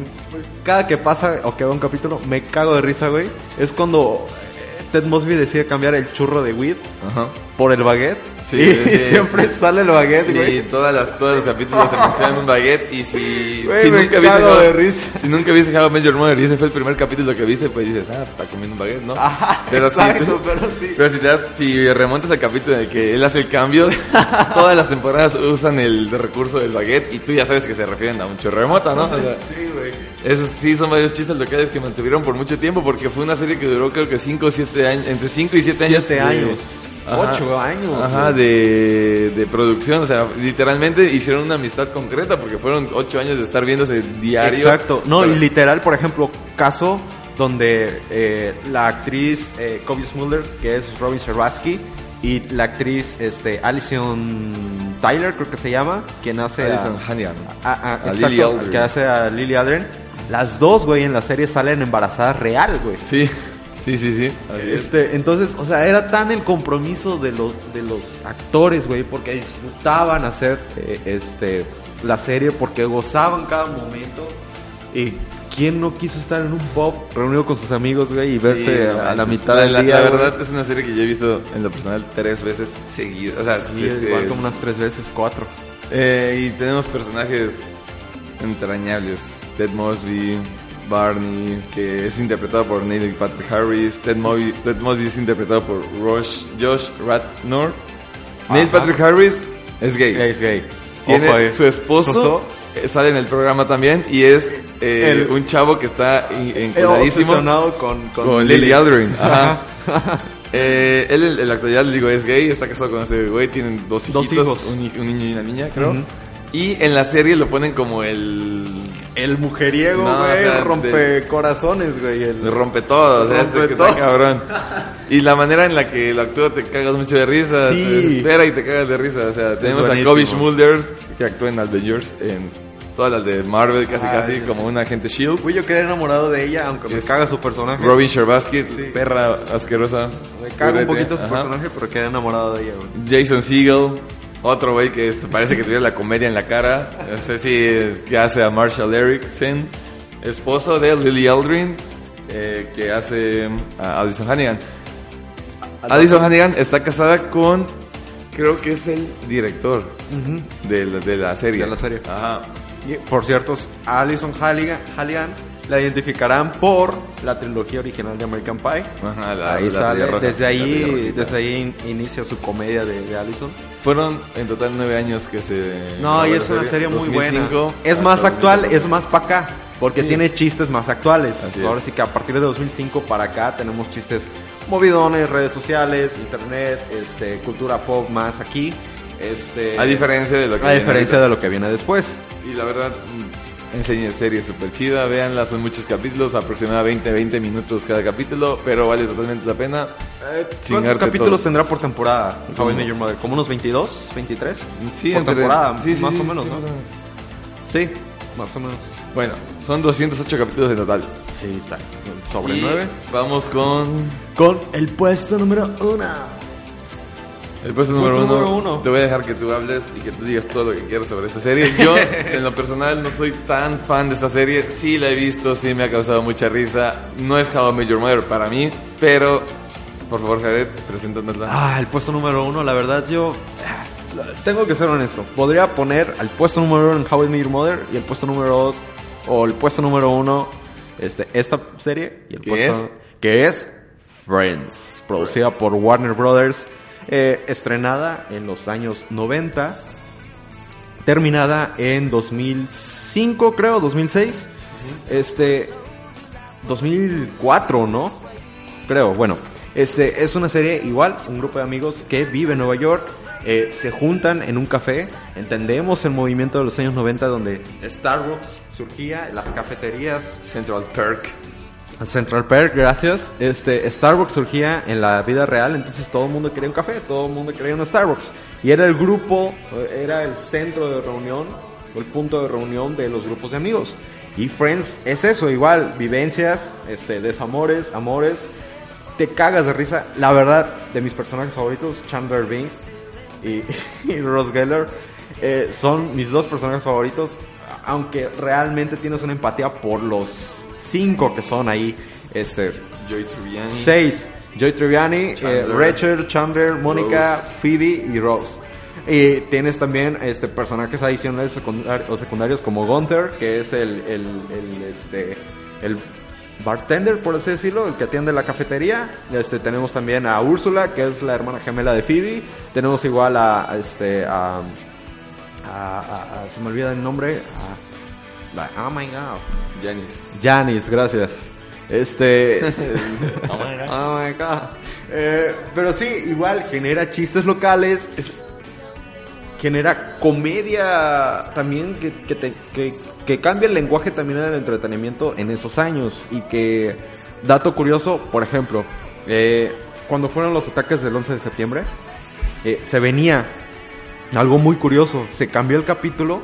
Speaker 1: cada que pasa o que veo un capítulo me cago de risa, güey. Es cuando eh, Ted Mosby decide cambiar el churro de weed
Speaker 2: Ajá.
Speaker 1: por el baguette.
Speaker 2: Sí,
Speaker 1: y
Speaker 2: sí,
Speaker 1: siempre
Speaker 2: sí.
Speaker 1: sale el baguette,
Speaker 2: Y
Speaker 1: güey.
Speaker 2: todas las, todos los capítulos te mencionan un baguette y si,
Speaker 1: Güey,
Speaker 2: si
Speaker 1: me
Speaker 2: nunca
Speaker 1: cago
Speaker 2: How-
Speaker 1: de risa.
Speaker 2: si nunca viste How I Met Your Mother y ese fue el primer capítulo que viste, pues dices, ah, está comiendo un baguette, ¿no?
Speaker 1: Ajá,
Speaker 2: Pero si-
Speaker 1: exacto, pero sí.
Speaker 2: Pero si, te das- si remontas al capítulo en el que él hace el cambio, todas las temporadas usan el recurso del baguette y tú ya sabes que se refieren a un chorremota, ¿no? O sea,
Speaker 1: Sí, güey.
Speaker 2: esos sí son varios chistes locales que mantuvieron por mucho tiempo porque fue una serie que duró creo que 5 o 7 años, entre 5 y 7 años.
Speaker 1: Siete
Speaker 2: de-
Speaker 1: años. Ocho años,
Speaker 2: Ajá,
Speaker 1: güey.
Speaker 2: de, de producción, o sea, literalmente hicieron una amistad concreta porque fueron 8 años de estar viéndose diario.
Speaker 1: Exacto. No,
Speaker 2: Pero-
Speaker 1: y literal, por ejemplo, caso donde eh, la actriz eh, Kobe Smulders, que es Robin Scherbatsky, y la actriz este, Alison Tyler, creo que se llama, quien hace a-
Speaker 2: Alison Hannigan.
Speaker 1: a, a-
Speaker 2: A
Speaker 1: exacto,
Speaker 2: Lily Aldrin.
Speaker 1: que hace a Lily Aldrin. Las dos, güey, en la serie salen embarazadas real, güey.
Speaker 2: Sí, sí, sí, sí. Así es.
Speaker 1: Este, entonces, o sea, era tan el compromiso de los, de los actores, güey, porque disfrutaban hacer eh, este, la serie, porque gozaban cada momento. Y quién no quiso estar en un pub reunido con sus amigos, güey, y verse
Speaker 2: Sí,
Speaker 1: a,
Speaker 2: no
Speaker 1: a la
Speaker 2: manches.
Speaker 1: mitad
Speaker 2: La-
Speaker 1: del
Speaker 2: la-
Speaker 1: día.
Speaker 2: La
Speaker 1: güey.
Speaker 2: verdad es una serie que yo he visto en lo personal tres veces seguidas. O sea,
Speaker 1: Sí,
Speaker 2: este,
Speaker 1: igual como unas tres veces, cuatro.
Speaker 2: eh, y tenemos personajes entrañables. Ted Mosby, Barney, que es interpretado por Neil Patrick Harris, Ted Mosby, Ted Mosby es interpretado por Rush, Josh Ratnor. Neil
Speaker 4: Ajá.
Speaker 2: Patrick Harris es gay.
Speaker 4: Es gay.
Speaker 2: Tiene
Speaker 4: Ojo, eh.
Speaker 2: su esposo, eh, sale en el programa también y es eh,
Speaker 1: El-
Speaker 2: un chavo que está en- enculadísimo
Speaker 1: obsesionado con, con,
Speaker 2: con Lily Aldrin. Ajá. Eh, él en, en la actualidad, le digo, es gay, está casado con ese güey, tienen dos hijitos,
Speaker 4: Dos hijos.
Speaker 2: Un, hij- un niño y una niña, creo.
Speaker 1: Ujú.
Speaker 2: Y en la serie lo ponen como el...
Speaker 1: El mujeriego,
Speaker 2: No,
Speaker 1: güey,
Speaker 2: o sea,
Speaker 1: rompe
Speaker 2: de-
Speaker 1: corazones, güey. el-
Speaker 2: Le rompe todo, o sea,
Speaker 1: Rompe
Speaker 2: este que está
Speaker 1: todo.
Speaker 2: cabrón. Y la manera en la que lo actúa te cagas mucho de risa,
Speaker 1: Sí.
Speaker 2: te desespera y te cagas de risa. O sea, tenemos a
Speaker 4: buenísimo.
Speaker 2: Kobe Smulders, que actúa en Avengers, en todas las de Marvel, casi
Speaker 1: Ah,
Speaker 2: casi
Speaker 1: sí.
Speaker 2: como un agente SHIELD.
Speaker 1: Güey, yo quedé enamorado de ella, aunque me
Speaker 2: Es-
Speaker 1: caga su personaje.
Speaker 2: E Robin Sherbasket,
Speaker 1: Sí.
Speaker 2: perra asquerosa.
Speaker 1: me caga un
Speaker 2: Juguete,
Speaker 1: poquito su
Speaker 2: ajá.
Speaker 1: personaje, pero quedé enamorado de ella, güey.
Speaker 2: Jason Segel, otro güey que es- parece que tuviera la comedia en la cara. No sé si que hace a Marshall Erickson, esposo de Lily Aldrin, eh, que hace a Addison Hannigan. Addison Hannigan está casada con, creo que es el director de, la, de la serie.
Speaker 1: De la serie.
Speaker 2: Ajá.
Speaker 1: Y, por cierto, Alison Halligan, Halligan la identificarán por la trilogía original de American Pie.
Speaker 2: Ajá, la-
Speaker 1: ahí
Speaker 2: la
Speaker 1: sale,
Speaker 2: pelirroja,
Speaker 1: desde
Speaker 2: la
Speaker 1: ahí,
Speaker 2: pelirrojita.
Speaker 1: desde ahí in- inicia su comedia de, de Allison.
Speaker 2: Eh, Fueron en total nueve años que se...
Speaker 1: No, y
Speaker 2: grabó
Speaker 1: es
Speaker 2: la
Speaker 1: una serie muy buena.
Speaker 2: 2005
Speaker 1: Es
Speaker 2: hasta
Speaker 1: más actual,
Speaker 2: 2014.
Speaker 1: es más para acá. Porque
Speaker 2: Sí.
Speaker 1: tiene chistes más actuales.
Speaker 2: Así
Speaker 1: Ahora
Speaker 2: es.
Speaker 1: sí que a partir de 2005 para acá tenemos chistes movidones, redes sociales, internet, este, cultura pop más aquí. Este,
Speaker 2: A diferencia de lo que...
Speaker 1: a
Speaker 2: viene
Speaker 1: diferencia
Speaker 2: ahorita.
Speaker 1: de lo que viene después.
Speaker 2: Y la verdad, mm, enseña serie súper chida, véanla, son muchos capítulos, aproximadamente 20 minutos cada capítulo, pero vale totalmente la pena.
Speaker 1: Eh, ¿Cuántos
Speaker 2: chingarte
Speaker 1: capítulos
Speaker 2: todo.
Speaker 1: tendrá por temporada? How I Met
Speaker 2: Mm.
Speaker 1: Your Mother? ¿Como unos 22, 23?
Speaker 2: Sí,
Speaker 1: por
Speaker 2: entre-
Speaker 1: temporada,
Speaker 2: sí, sí,
Speaker 1: más
Speaker 2: sí,
Speaker 1: o menos,
Speaker 2: sí,
Speaker 1: ¿no?
Speaker 2: más o menos.
Speaker 1: Sí, más o menos.
Speaker 2: Bueno, son 208 capítulos en total.
Speaker 1: Sí, está. Sobre
Speaker 2: Y
Speaker 1: 9.
Speaker 2: Vamos con
Speaker 3: Con el puesto número uno.
Speaker 2: el puesto número,
Speaker 1: número
Speaker 2: uno.
Speaker 1: uno.
Speaker 2: Te voy a dejar que tú hables y que tú digas todo lo que quieras sobre esta serie. Yo, en lo personal, no soy tan fan de esta serie. Sí la he visto, sí me ha causado mucha risa. No es How I Met Your Mother para mí, pero... Por favor, Jared, preséntanosla.
Speaker 1: Ah, el puesto número uno, la verdad yo... Tengo que ser honesto. Podría poner al puesto número uno en How I Met Your Mother y el puesto número dos, o el puesto número uno, este, esta serie. Y el
Speaker 2: ¿Qué
Speaker 1: puesto,
Speaker 2: es?
Speaker 1: Que es Friends, producida por Warner Brothers, eh, estrenada en los años 90, terminada en 2005, creo, 2006. Este, 2004, ¿no? Creo, bueno. Este es una serie igual, un grupo de amigos que vive en Nueva York, eh, se juntan en un café, entendemos el movimiento de los años 90 donde Starbucks surgía, las cafeterías
Speaker 2: Central Perk.
Speaker 1: Central Park, gracias. Este, Starbucks surgía en la vida real, entonces todo el mundo quería un café, todo el mundo quería un Starbucks. Y era el grupo, eh, era el centro de reunión, o el punto de reunión de los grupos de amigos. Y Friends es eso, igual, vivencias, este, desamores, amores. Te cagas de risa. La verdad, de mis personajes favoritos, Chandler Bing y, y Ross Geller, eh, son mis dos personajes favoritos. Aunque realmente tienes una empatía por los cinco que son ahí. Este,
Speaker 2: Joy Tribbiani.
Speaker 1: Seis. Joy Triviani,
Speaker 2: Chandler.
Speaker 1: Rachel, Chandler, Mónica, Phoebe y Rose. Y tienes también este, personajes adicionales secundar- o secundarios como Gunther, que es el, el, el, este, el bartender, por así decirlo, el que atiende la cafetería. Este, tenemos también a Úrsula, que es la hermana gemela de Phoebe. Tenemos igual a, a este, a, a- a- a- se me olvida el nombre. a- la, oh my god.
Speaker 2: Janis.
Speaker 1: Janice, gracias. Este.
Speaker 2: Oh my God.
Speaker 1: Oh my god. Eh, pero sí, igual genera chistes locales, es- genera comedia también que, que, te- que- que cambia el lenguaje también del entretenimiento en esos años. Y que, dato curioso, por ejemplo, eh, cuando fueron los ataques del 11 de septiembre, eh, se venía algo muy curioso, se cambió el capítulo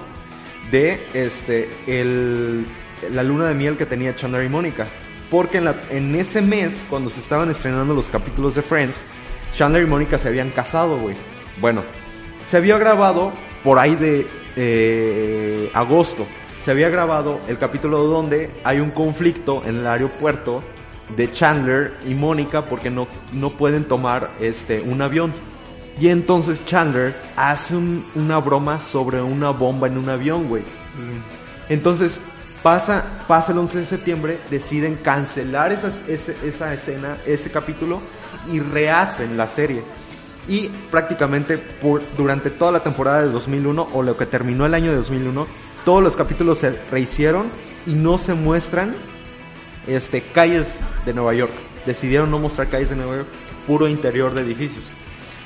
Speaker 1: de este el, la luna de miel que tenía Chandler y Mónica, porque en, la- en ese mes cuando se estaban estrenando los capítulos de Friends, Chandler y Mónica se habían casado, güey. Bueno, se había grabado por ahí de eh, agosto. Se había grabado el capítulo donde hay un conflicto en el aeropuerto de Chandler y Mónica porque no, no pueden tomar este, un avión. Y entonces Chandler hace un- una broma sobre una bomba en un avión, güey. Entonces, Pasa, pasa el 11 de septiembre, deciden cancelar esas- ese- esa escena, ese capítulo y rehacen la serie. Y prácticamente por- durante toda la temporada de 2001 o lo que terminó el año de 2001, todos los capítulos se rehicieron y no se muestran este, calles de Nueva York. Decidieron no mostrar calles de Nueva York, puro interior de edificios.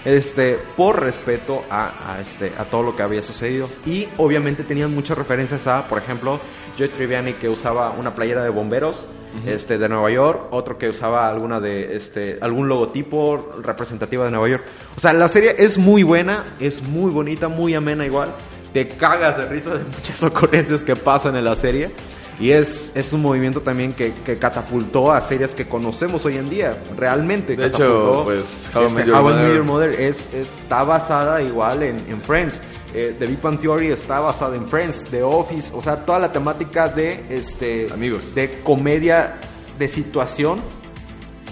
Speaker 1: Este, por respeto a, a, este, a todo lo que había sucedido. Y obviamente tenían muchas referencias a, por ejemplo, Joe Triviani que usaba una playera de bomberos este, de Nueva York, otro que usaba alguna de este, algún logotipo representativo de Nueva York. O sea, la serie es muy buena, es muy bonita, muy amena igual. Te cagas de risa de muchas ocurrencias que pasan en la serie. Y es, es un movimiento también que, que catapultó a series que conocemos hoy en día, realmente.
Speaker 2: De hecho,
Speaker 1: catapultó,
Speaker 2: pues, How I Met
Speaker 1: este,
Speaker 2: Your
Speaker 1: How I Met
Speaker 2: Mother.
Speaker 1: Your Mother es, está basada igual en, en Friends. Eh, The Big Bang Theory está basada en Friends, The Office, o sea, toda la temática de este
Speaker 2: Amigos.
Speaker 1: de comedia de situación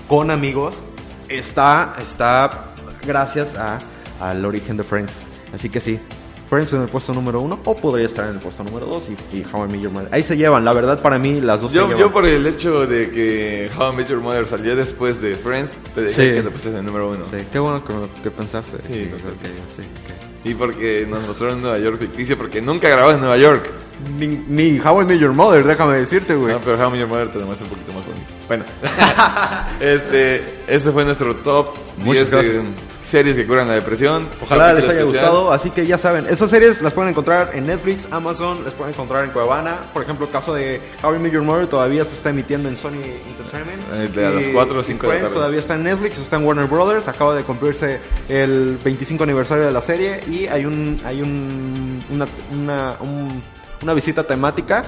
Speaker 1: con amigos está está gracias a al origen de Friends. Así que sí, Friends en el puesto número uno o podría estar en el puesto número dos y, y How I Met Your Mother. Ahí se llevan, la verdad para mí las dos se
Speaker 2: Yo,
Speaker 1: llevan.
Speaker 2: yo por el hecho de que How I Met Your Mother salió después de Friends, te dejé
Speaker 1: Sí.
Speaker 2: que te pusiste el número uno.
Speaker 1: Sí, qué bueno que, me- que pensaste.
Speaker 2: Sí,
Speaker 1: Sí,
Speaker 2: lo
Speaker 1: creo
Speaker 2: pensé.
Speaker 1: que- sí, ok.
Speaker 2: Y porque nos mostraron Nueva York ficticio, porque nunca grabó en Nueva York.
Speaker 1: Ni, ni How I Met Your Mother, déjame decirte, güey.
Speaker 2: No, pero How I Met Your Mother te lo muestra un poquito más bonito. Bueno, este, este fue nuestro top
Speaker 1: Muchas
Speaker 2: 10 de
Speaker 1: gracias.
Speaker 2: series que curan la depresión.
Speaker 1: Ojalá les haya
Speaker 2: Capítulo especial.
Speaker 1: gustado, así que ya saben, esas series las pueden encontrar en Netflix, Amazon, las pueden encontrar en Cuevana, por ejemplo, el caso de How I Met Your Mother todavía se está emitiendo en Sony
Speaker 2: Eh,
Speaker 1: Entertainment.
Speaker 2: de a las
Speaker 1: Y-
Speaker 2: 4 o
Speaker 1: y
Speaker 2: 5 de la
Speaker 1: Friends
Speaker 2: tarde.
Speaker 1: Todavía está en Netflix, está en Warner Brothers, acaba de cumplirse el 25 aniversario de la serie y hay un hay un una una, un- una visita temática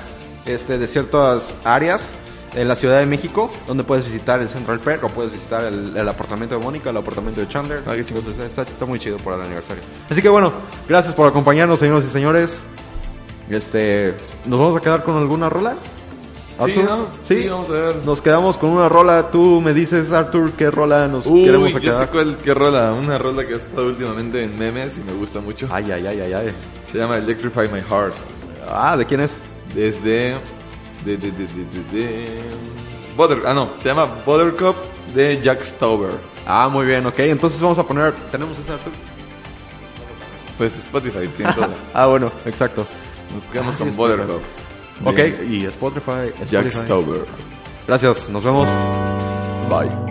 Speaker 1: este de ciertas áreas en la Ciudad de México, donde puedes visitar el Central Park o puedes visitar el, el apartamento de Mónica, el apartamento de Chandler.
Speaker 2: Ah, qué chingón.
Speaker 1: Entonces, está, está muy chido por el aniversario. Así que bueno, gracias por acompañarnos, señoras y señores. Este, ¿nos vamos a quedar con alguna rola?
Speaker 2: Sí,
Speaker 1: Arthur?
Speaker 2: ¿no?
Speaker 1: ¿Sí?
Speaker 2: ¿Sí? vamos a ver.
Speaker 1: Nos quedamos con una rola. Tú me dices, Arthur, qué rola nos queremos
Speaker 2: Uy,
Speaker 1: a
Speaker 2: yo sé
Speaker 1: quedar.
Speaker 2: cuál, qué rola, una rola que ha estado últimamente en memes y me gusta mucho.
Speaker 1: Ay, ay, ay, ay, ay.
Speaker 2: Se llama Electrify My Heart.
Speaker 1: Ah, ¿de quién es?
Speaker 2: Desde. De, de, de, de, de, de- Butter, ah, no, se llama Buttercup de Jack Stauber.
Speaker 1: Ah, muy bien, ok. Entonces vamos a poner. ¿Tenemos ese Arthur?
Speaker 2: Pues Spotify tiene todo.
Speaker 1: Ah, bueno, exacto.
Speaker 2: Nos quedamos
Speaker 1: Ah, sí,
Speaker 2: con
Speaker 1: Spotify.
Speaker 2: Buttercup.
Speaker 1: Ok,
Speaker 2: de
Speaker 1: y Spotify.
Speaker 2: Jack
Speaker 1: Spotify.
Speaker 2: Stauber.
Speaker 1: Gracias, nos vemos.
Speaker 2: Bye.